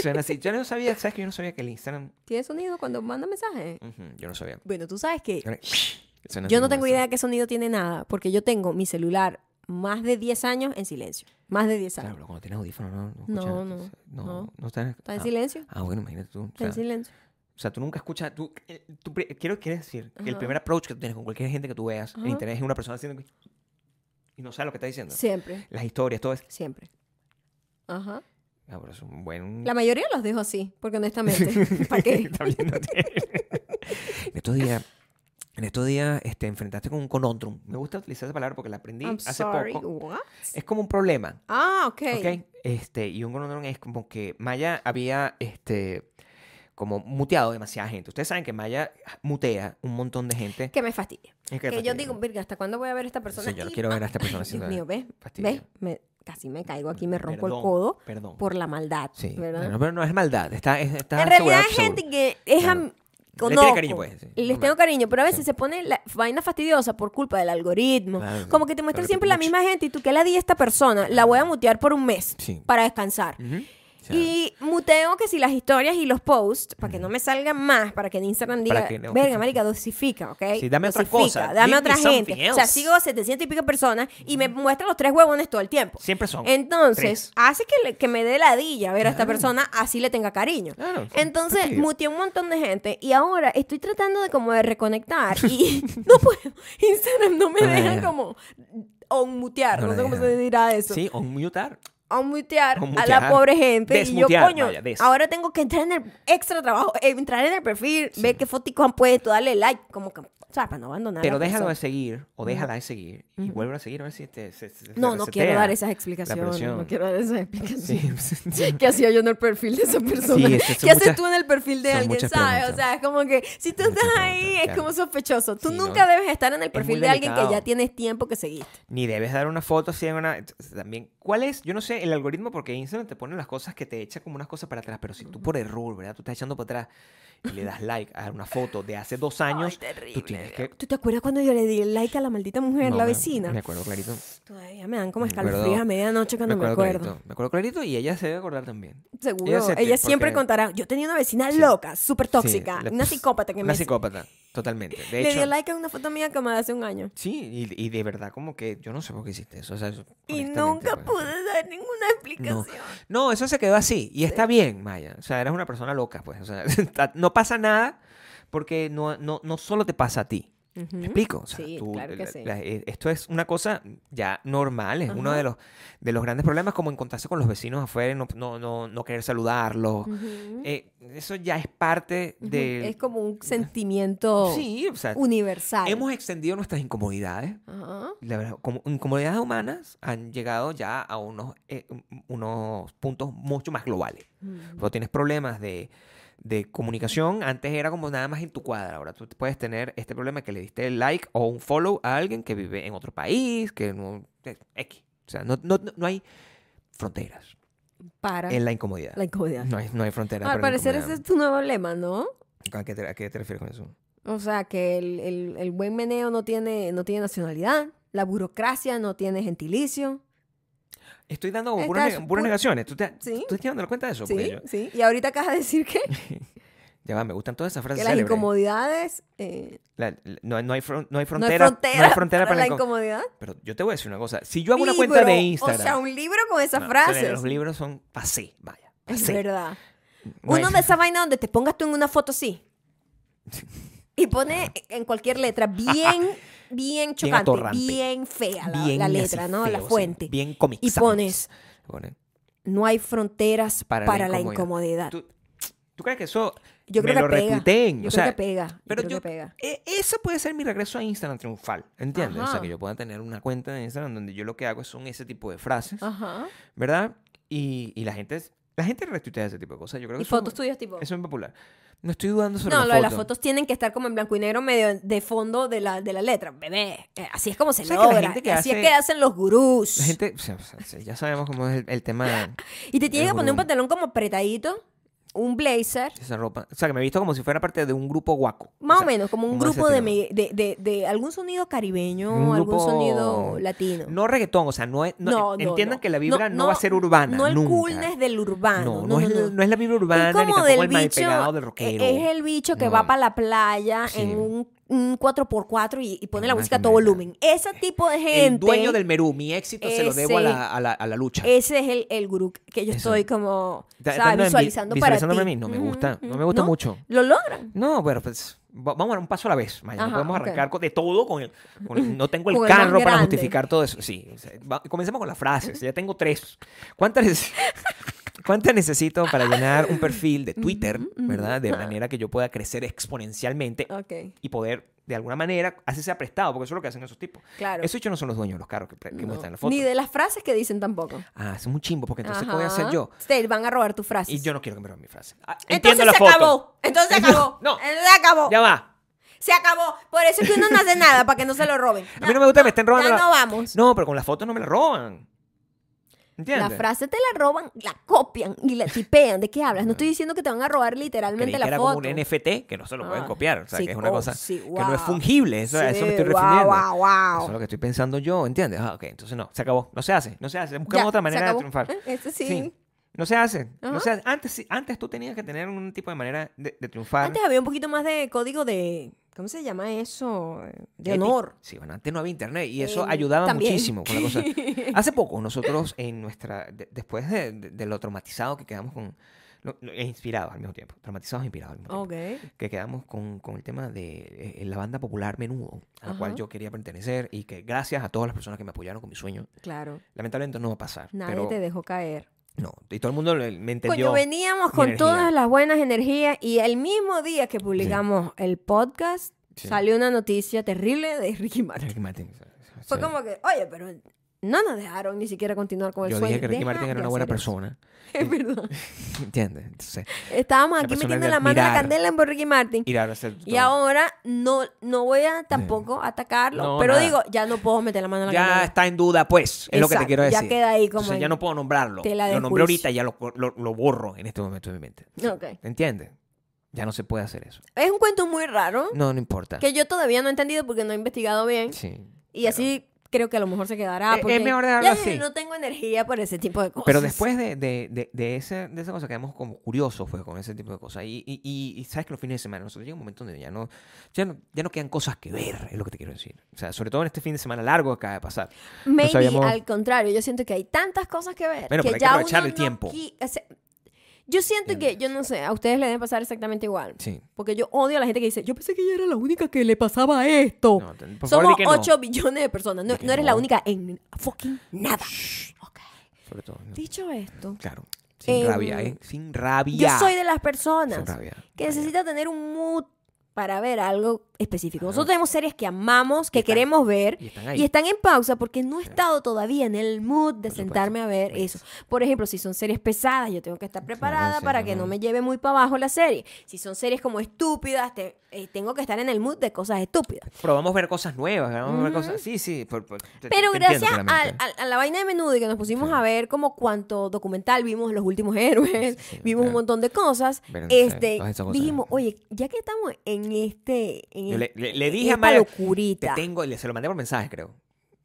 S2: Suena así. Yo no sabía, ¿sabes que yo no sabía que el Instagram.
S1: ¿Tiene sonido cuando manda mensaje?
S2: Ujú, yo no sabía.
S1: Bueno, tú sabes que
S2: Suena así
S1: Yo
S2: como
S1: no tengo
S2: eso.
S1: idea de qué sonido tiene nada, porque yo tengo mi celular más de 10 años en silencio. Más de 10 años.
S2: Claro, pero cuando tienes audífono, no. No,
S1: No,
S2: escuchas,
S1: no,
S2: No,
S1: no.
S2: no, estás-
S1: Está en
S2: ah,
S1: silencio.
S2: Ah, bueno, imagínate tú. o
S1: Está en
S2: sea,
S1: silencio.
S2: O sea, tú nunca escuchas. Tú, eh, tú pri- quiero, quiero decir que el
S1: Ajá.
S2: primer approach que tú tienes con cualquier gente que tú veas
S1: Ajá.
S2: en internet es una persona haciendo. que- Y no sabe lo que está diciendo.
S1: Siempre,
S2: Las historias, todo eso.
S1: siempre. Ajá.
S2: Ah, pero es un buen.
S1: La mayoría los dejo así, porque honestamente, ¿para qué?
S2: También no tiene- en estos días. En estos días este, enfrentaste con un conundrum. Me gusta utilizar esa palabra porque la aprendí
S1: I'm
S2: hace
S1: sorry,
S2: poco.
S1: what?
S2: Es como un problema.
S1: Ah, ok.
S2: ¿ok? Este, y un conundrum es como que Maya había este, como muteado demasiada gente. Ustedes saben que Maya mutea un montón de gente.
S1: Que me fastidia.
S2: Es
S1: Que yo
S2: fastidia.
S1: digo, verga, ¿hasta cuándo voy a ver a esta persona?
S2: Sí, yo no
S1: Y-
S2: quiero ver a esta persona
S1: Ay,
S2: haciendo
S1: Dios mío, ¿ves?
S2: fastidio.
S1: ¿Ves? Me- Casi me caigo aquí, me rompo el
S2: Perdón,
S1: codo
S2: Perdón.
S1: por la maldad,
S2: Sí.
S1: ¿verdad?
S2: No, pero no es maldad. Está, es- está
S1: en realidad
S2: asegurado
S1: hay
S2: seguro.
S1: gente que es am-
S2: Claro. Le tiene
S1: conozco,
S2: cariño, pues, sí,
S1: Les
S2: normal.
S1: tengo cariño, pero a veces
S2: Sí.
S1: se pone la vaina fastidiosa por culpa del algoritmo.
S2: Claro,
S1: Como que te
S2: lo
S1: muestra
S2: repite
S1: siempre la
S2: mucho.
S1: misma gente y tú que la di a esta persona, la voy a mutear por un mes
S2: Sí.
S1: para descansar.
S2: Ujú. O sea,
S1: Y muteo que si las historias y los posts, para que no me salgan más, para que en Instagram diga,
S2: Para que no-
S1: verga, marica, dosifica, ¿ok?
S2: Sí, dame otra
S1: Dosifica,
S2: cosa,
S1: Dame
S2: give
S1: otra
S2: me something
S1: gente. O sea,
S2: else.
S1: sigo 700 y pico personas y me muestra los tres huevones todo el tiempo.
S2: Siempre son.
S1: Entonces,
S2: tres.
S1: hace que, le- que me dé ladilla ver a esta
S2: Claro.
S1: persona, así le tenga cariño.
S2: Claro, sí,
S1: Entonces,
S2: fastidio.
S1: muteé un montón de gente y ahora estoy tratando de como de reconectar y no puedo. Instagram no me
S2: No me
S1: deja
S2: deja.
S1: como unmutear, no,
S2: Ah. No me
S1: sé cómo
S2: deja.
S1: se dirá eso.
S2: Sí, o mutar.
S1: Ah, Unmutear a la
S2: Unmutear.
S1: pobre gente y yo,
S2: Desmutear,
S1: coño,
S2: vaya, des.
S1: ahora tengo que entrar en el extra trabajo, eh, entrar en el perfil, ver qué fotos han puesto, darle like, como que, o sea, para no abandonar. a
S2: Pero
S1: la
S2: déjalo de
S1: persona.
S2: seguir o déjala de seguir y vuelve a seguir a ver si te, se, se- se
S1: No, no quiero
S2: resetea
S1: dar esas
S2: la
S1: explicaciones, no
S2: presión.
S1: quiero dar esas explicaciones.
S2: Sí.
S1: ¿Qué hacía yo en el perfil de esa persona?
S2: Sí, es que son
S1: ¿Qué haces
S2: muchas-
S1: tú en el perfil de
S2: son
S1: alguien,
S2: muchas
S1: sabes? O
S2: preguntas.
S1: sea, es como que si tú
S2: Son
S1: estás
S2: muchas
S1: ahí,
S2: preguntas,
S1: es como sospechoso. Tú
S2: Sí,
S1: nunca
S2: no.
S1: debes estar en el
S2: Es
S1: perfil
S2: muy
S1: de alguien que
S2: delicado.
S1: ya tienes tiempo que seguiste.
S2: Ni debes dar una foto así en una. También ¿Cuál es? Yo no sé el algoritmo porque Instagram te pone las cosas que te echa como unas cosas para atrás, pero si tú por error, ¿verdad? Tú estás echando para atrás y le das like a una foto de hace dos años, tú tienes que...
S1: ¿Tú te acuerdas cuando yo le di el like a la maldita mujer,
S2: No,
S1: la
S2: me-
S1: vecina?
S2: Me acuerdo clarito.
S1: Todavía me dan como
S2: Me acuerdo-
S1: escalofríos a medianoche cuando me acuerdo.
S2: clarito. Me acuerdo clarito y ella se debe acordar también.
S1: Seguro.
S2: Ella
S1: Ella,
S2: se te-
S1: siempre
S2: porque-
S1: contará. Yo tenía una vecina
S2: Sí.
S1: loca, súper
S2: Sí,
S1: tóxica,
S2: la-
S1: una psicópata que
S2: Una
S1: me...
S2: psicópata, totalmente. De
S1: Le
S2: hecho,
S1: dio like a una foto mía que me hace un año.
S2: Sí, y, y de verdad como que yo no sé por qué hiciste eso. o sea, eso,
S1: Y
S2: honestamente,
S1: nunca
S2: pues.
S1: pude dar ninguna explicación.
S2: No, eso se quedó así. Y está bien, Maya. O sea, eres una persona loca, pues. O sea, está- no pasa nada porque no, no, no solo te pasa a ti.
S1: Ujú.
S2: ¿Me explico? O sea,
S1: Sí,
S2: tú-
S1: claro que
S2: la-
S1: sí.
S2: la- eh, esto es una cosa ya normal. Es uno
S1: Ajá.
S2: de los, de los grandes problemas como encontrarse con los vecinos afuera y no, no, no, no querer saludarlos.
S1: Ujú.
S2: Eh, eso ya es parte
S1: Ujú.
S2: de...
S1: Es como un sentimiento
S2: Sí, o sea,
S1: universal.
S2: hemos extendido nuestras incomodidades
S1: Ajá.
S2: la verdad, como incomodidades humanas han llegado ya a unos, eh, un- unos puntos mucho más globales.
S1: Mm.
S2: Cuando tienes problemas de, de comunicación, antes era como nada más en tu cuadra. Ahora tú puedes tener este problema que le diste el like o un follow a alguien que vive en otro país, que no. eh, X. O sea, no, no, no hay fronteras
S1: Para
S2: en la incomodidad.
S1: la incomodidad.
S2: No hay, no hay fronteras.
S1: Al
S2: para la
S1: parecer ese
S2: incomodidad.
S1: es tu nuevo lema, ¿no?
S2: ¿A qué, te, a qué te refieres con eso?
S1: O sea, que el, el- el buen meneo no tiene, no tiene nacionalidad, la burocracia no tiene gentilicio.
S2: Estoy dando como
S1: Estás
S2: puras, neg- puras
S1: pu-
S2: negaciones. ¿Tú, te,
S1: Sí.
S2: ¿Tú te estás dando cuenta de eso? Porque
S1: Sí,
S2: yo-
S1: sí. Y ahorita acabas de decir que,
S2: ya va, me gustan todas esas
S1: que
S2: frases.
S1: las
S2: célebres.
S1: incomodidades... eh,
S2: La- la- no, no hay fron- no hay
S1: no hay
S2: frontera.
S1: frontera, para, la
S2: incom-
S1: incomodidad.
S2: Pero yo te voy a decir una cosa. Si yo hago una cuenta
S1: Libro,
S2: de Instagram.
S1: O sea, un libro con esas
S2: no,
S1: frases.
S2: Los libros son así, vaya.
S1: es
S2: Así.
S1: verdad.
S2: No
S1: Uno
S2: hay-
S1: de esa vaina donde te pongas tú en una foto así. Y pone en cualquier letra, bien, bien chocante, bien,
S2: atorrante.
S1: fea la,
S2: bien
S1: la
S2: así
S1: letra, ¿no? la
S2: feo, sí,
S1: fuente.
S2: bien Comic
S1: Y
S2: Sans.
S1: pones-
S2: Pone,
S1: No hay fronteras
S2: Para
S1: para,
S2: la
S1: la
S2: incomodidad.
S1: incomodidad.
S2: ¿Tú, tú crees que eso
S1: Yo creo
S2: me
S1: que
S2: lo
S1: pega.
S2: retuiteen?
S1: Yo creo
S2: o sea,
S1: que pega. Yo
S2: pero
S1: creo
S2: yo-
S1: que pega.
S2: e- eso puede ser mi regreso a Instagram triunfal, ¿entiendes? O sea,
S1: Ajá.
S2: que yo pueda tener una cuenta de Instagram donde yo lo que hago son ese tipo de frases,
S1: Ajá.
S2: ¿verdad? Y, y la gente la gente retuitea ese tipo de cosas. Yo creo que
S1: Y
S2: eso-
S1: fotos tuyas tipo.
S2: Eso es popular. No estoy dudando sobre
S1: No,
S2: la
S1: lo de las
S2: foto.
S1: fotos tienen que estar como en blanco y negro medio de fondo de la, de la letra. Bebé, eh, así es como se
S2: O sea, que la
S1: logra.
S2: gente que
S1: así
S2: hace-
S1: es que hacen los gurús.
S2: La gente, o sea, o sea, ya sabemos cómo es el, el tema de
S1: Y te tienen
S2: el
S1: que poner un
S2: gurú.
S1: pantalón como apretadito, un blazer,
S2: esa ropa. O sea, que me he visto como si fuera parte de un grupo guaco.
S1: más o,
S2: sea,
S1: menos, como un
S2: como ese
S1: grupo de,
S2: tema.
S1: mi- de, de- de algún sonido caribeño,
S2: Un
S1: algún
S2: grupo-
S1: sonido latino.
S2: No reggaetón, o sea, no, es- no-
S1: No, no,
S2: entiendan
S1: no.
S2: que la vibra no,
S1: No,
S2: va a ser urbana.
S1: No el
S2: nunca.
S1: coolness del urbano.
S2: No, no, es, no es la vibra urbana
S1: Es
S2: ni
S1: como
S2: tampoco
S1: del
S2: el mal
S1: bicho,
S2: pegado del
S1: e-
S2: rockero.
S1: es el bicho que
S2: No.
S1: va para la playa
S2: Sí.
S1: en un, un 4x4 y, y pone
S2: Es
S1: la
S2: una
S1: música a todo
S2: camioneta.
S1: volumen. Ese tipo de gente.
S2: El dueño del Merú. Mi éxito se lo debo a
S1: Ese- Eh,
S2: la, a la, a la lucha.
S1: Ese es el, el gurú que yo
S2: Eso.
S1: estoy como
S2: Da-
S1: ¿sabes?
S2: dándome envi-
S1: visualizando para ti.
S2: visualizándome a mí. No me gusta,
S1: Ujú,
S2: no me gusta
S1: ¿No?
S2: mucho.
S1: Lo logran.
S2: No, pero pues va- vamos a dar un paso a la vez. Maya. No
S1: Ajá,
S2: podemos
S1: ok.
S2: arrancar con- de todo con el, con el- No tengo el
S1: Con el más
S2: carro para
S1: grande.
S2: justificar todo eso. Sí, o sea, va- comencemos con las frases. Ya tengo tres. ¿Cuántas, neces- cuántas necesito para llenar un perfil de Twitter, verdad? De manera que yo pueda crecer exponencialmente
S1: Ok,
S2: y poder, de alguna manera, hacerse aprestado, porque eso es lo que hacen esos tipos.
S1: claro.
S2: Esos yo no son los dueños de los carros que, pre- que
S1: No.
S2: muestran en la foto.
S1: Ni de las frases que dicen tampoco.
S2: Ah, es un chimbo, porque entonces, ¿qué voy a
S1: Ajá.
S2: hacer yo?
S1: Te van a robar tus frases.
S2: Y yo no quiero que me roben mi frase. Ah, entiendo
S1: Entonces
S2: la
S1: se
S2: foto.
S1: acabó. Entonces se acabó.
S2: No.
S1: Entonces se acabó.
S2: Ya va.
S1: Se acabó. Por eso es que uno no hace nada para que no se lo roben.
S2: A mí no me gusta que me estén robando.
S1: ya
S2: la-
S1: no vamos.
S2: No, pero con las fotos no me la roban.
S1: La
S2: ¿Entiendes?
S1: frase te la roban, la copian y la tipean. ¿De qué hablas? No estoy diciendo que te van a robar
S2: Creí
S1: literalmente
S2: que
S1: la
S2: era
S1: foto.
S2: como un NFT que no se lo pueden
S1: Ah,
S2: copiar. O sea,
S1: sí,
S2: que es una
S1: oh,
S2: cosa
S1: sí,
S2: que no es
S1: wow.
S2: fungible. Eso, a eso me estoy
S1: Sí, guau,
S2: refiriendo.
S1: guau, guau.
S2: Eso es lo que estoy pensando yo, ¿entiendes? Ah, ok, entonces no, se acabó. No se hace, no se hace. Buscamos
S1: Ya,
S2: otra
S1: se
S2: manera de
S1: acabó.
S2: triunfar.
S1: Eh, Eso sí.
S2: No se hace. No
S1: Ajá.
S2: se hace. Antes, sí- antes tú tenías que tener un tipo de manera de, de triunfar.
S1: Antes había un poquito más de código de. ¿Cómo se llama eso? De
S2: Ética.
S1: honor.
S2: Sí, bueno, antes no había internet y eso
S1: Eh,
S2: ayudaba
S1: también.
S2: muchísimo con la cosa. Hace poco nosotros en nuestra, de- después de, de- de lo traumatizado que quedamos con, lo- lo- e inspirados al mismo tiempo, traumatizados e inspirados al mismo tiempo,
S1: Ok.
S2: que quedamos con, con el tema de eh, la banda popular Menudo, a la cual
S1: Ajá.
S2: yo quería pertenecer y que gracias a todas las personas que me apoyaron con mi sueño,
S1: Claro.
S2: lamentablemente no va a pasar.
S1: Nadie
S2: pero,
S1: te dejó caer.
S2: No, y todo el mundo le- me entendió.
S1: Coño, veníamos
S2: mi
S1: con
S2: energía.
S1: todas las buenas energías y el mismo día que publicamos el podcast
S2: Sí.
S1: salió una noticia terrible de Ricky Martin.
S2: Ricky Martin, o sea,
S1: Fue
S2: sí.
S1: como que, oye, pero No nos dejaron ni siquiera continuar con el
S2: Yo
S1: sueño.
S2: dije que Ricky
S1: Deja
S2: Martin era
S1: de
S2: una buena
S1: hacer eso.
S2: persona.
S1: Es verdad.
S2: ¿Entiendes? Entonces,
S1: Estábamos
S2: Una
S1: aquí
S2: persona
S1: metiendo
S2: de
S1: la mano en la
S2: admirar.
S1: candela en Ricky Martin.
S2: ir a hacer
S1: Y
S2: todo.
S1: ahora no, no voy a tampoco atacarlo,
S2: No,
S1: pero
S2: nada.
S1: digo, ya no puedo meter la mano en la
S2: Ya
S1: candela.
S2: está en duda, pues, es lo que te
S1: Exacto,
S2: quiero
S1: ya
S2: decir.
S1: queda ahí como
S2: Entonces,
S1: en
S2: ya no puedo nombrarlo.
S1: tela de
S2: Lo nombré
S1: juicio.
S2: ahorita y ya lo, lo- lo borro en este momento de mi mente.
S1: Ok.
S2: ¿Entiendes? Ya no se puede hacer eso.
S1: Es un cuento muy raro
S2: No, no importa.
S1: Ah, que yo todavía no he entendido porque no he investigado bien.
S2: Sí.
S1: Y así creo que a lo mejor se quedará.
S2: Es- es
S1: porque
S2: mejor dejarlo
S1: ya
S2: así.
S1: No tengo energía para ese tipo de cosas.
S2: Pero después de, de, de, de ese- de esa cosa quedamos como curiosos pues, con ese tipo de cosas. Y, y- y- y sabes que los fines de semana, nosotros llega un momento donde ya no, ya, no, ya no quedan cosas que ver, es lo que te quiero decir. O sea, sobre todo en este fin de semana largo que acaba de pasar.
S1: Maybe
S2: habíamos-
S1: al contrario, yo siento que hay tantas cosas que ver.
S2: Bueno,
S1: que
S2: pero hay que
S1: ya
S2: aprovechar
S1: uno
S2: el
S1: no
S2: tiempo.
S1: qui- o sea, yo siento que, yo no sé, a ustedes les deben pasar exactamente igual.
S2: Sí.
S1: Porque yo odio a la gente que dice, yo pensé que yo era la única que le pasaba esto.
S2: No, te- por favor,
S1: Somos
S2: di que no.
S1: 8 billones de personas. No,
S2: Di que
S1: no eres
S2: no.
S1: la única en fucking nada. Ok.
S2: Sobre todo. ¿no?
S1: Dicho esto,
S2: Claro. Sin
S1: Em,
S2: rabia, ¿eh? Sin
S1: yo
S2: rabia.
S1: soy de las
S2: Sin
S1: personas
S2: rabia.
S1: que necesita tener un mood para ver algo específico.
S2: Claro.
S1: Nosotros tenemos series que amamos, que
S2: están-
S1: queremos ver
S2: Y
S1: y
S2: están
S1: están,
S2: ahí.
S1: en pausa porque no he estado todavía en el mood de
S2: Por supuesto.
S1: sentarme a ver
S2: Oye,
S1: eso. Por ejemplo, si son series pesadas, yo tengo que estar preparada
S2: sí,
S1: para
S2: no,
S1: que no
S2: no.
S1: me lleve muy para abajo la serie. Si son series como estúpidas, te- eh, tengo que estar en el mood de cosas estúpidas.
S2: Probamos ver cosas nuevas, probamos ver
S1: Ujú.
S2: cosas. Sí, sí. por- por- te- te
S1: Pero
S2: entiendo
S1: gracias a,
S2: claramente.
S1: a- a la vaina de menudo y que nos pusimos
S2: Sí.
S1: a ver como cuánto documental vimos los últimos héroes,
S2: Sí, sí, sí,
S1: vimos un
S2: claro.
S1: montón de cosas,
S2: Pero no sé,
S1: este,
S2: todas esas cosas.
S1: dijimos, oye, ya que estamos en este, en
S2: Yo le,
S1: este-
S2: le- le
S1: en
S2: dije a
S1: esta
S2: Mara, te
S1: locurita,
S2: tengo, y le- se lo mandé por mensaje, creo.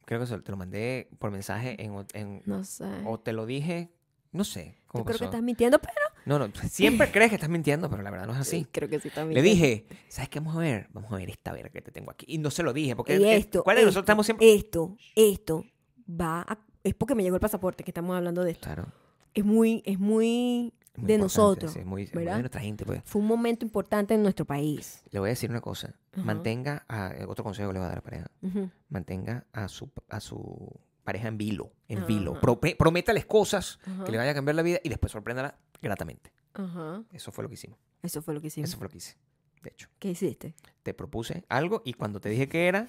S2: Creo que se, lo- te lo mandé por mensaje en, ot- en-
S1: no sé, yo
S2: o te lo dije, no sé.
S1: Mm. creo
S2: Oh, ¿cómo
S1: que
S2: pasó.
S1: estás mintiendo, pero
S2: No, no, siempre crees que estás mintiendo, pero la verdad no es así.
S1: creo que sí estás
S2: Le
S1: mintiendo.
S2: dije, ¿sabes qué vamos a ver? Vamos a ver esta verga que te tengo aquí. Y no se lo dije, porque
S1: Y
S2: eh,
S1: esto, eh,
S2: ¿cuál de nosotros
S1: esto,
S2: estamos siempre?
S1: esto, esto va a- es porque me llegó el pasaporte que estamos hablando de esto,
S2: Claro.
S1: es muy, es muy,
S2: es muy
S1: de
S2: importante,
S1: nosotros,
S2: sí, es muy, es muy
S1: ¿verdad?
S2: de nuestra gente, pues.
S1: Fue un momento importante en nuestro país.
S2: Le voy a decir una cosa.
S1: Ajá.
S2: Mantenga, a- eh, otro consejo que le voy a dar a la pareja.
S1: Ujú.
S2: Mantenga a su, a su pareja en vilo, en
S1: Ajá.
S2: vilo. Prope- prométales cosas
S1: Ajá.
S2: que le vaya a cambiar la vida y después sorpréndala gratamente.
S1: Ajá.
S2: Eso fue lo que hicimos.
S1: Eso fue lo que hicimos.
S2: Eso fue lo que hice. De hecho,
S1: ¿Qué hiciste?
S2: te propuse algo y cuando te dije que era,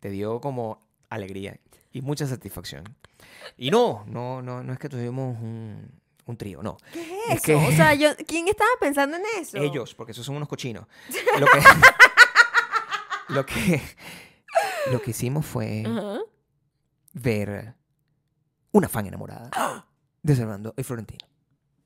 S2: te dio como alegría y mucha satisfacción. Y no, no, no, no es que tuvimos un, un trío, no.
S1: ¿Qué
S2: es
S1: es eso?
S2: que-
S1: O sea, yo, ¿quién estaba pensando en eso?
S2: Ellos, porque esos son unos cochinos. Lo que, lo que, lo que hicimos fue
S1: Ajá.
S2: ver una fan enamorada de Servando y Florentino.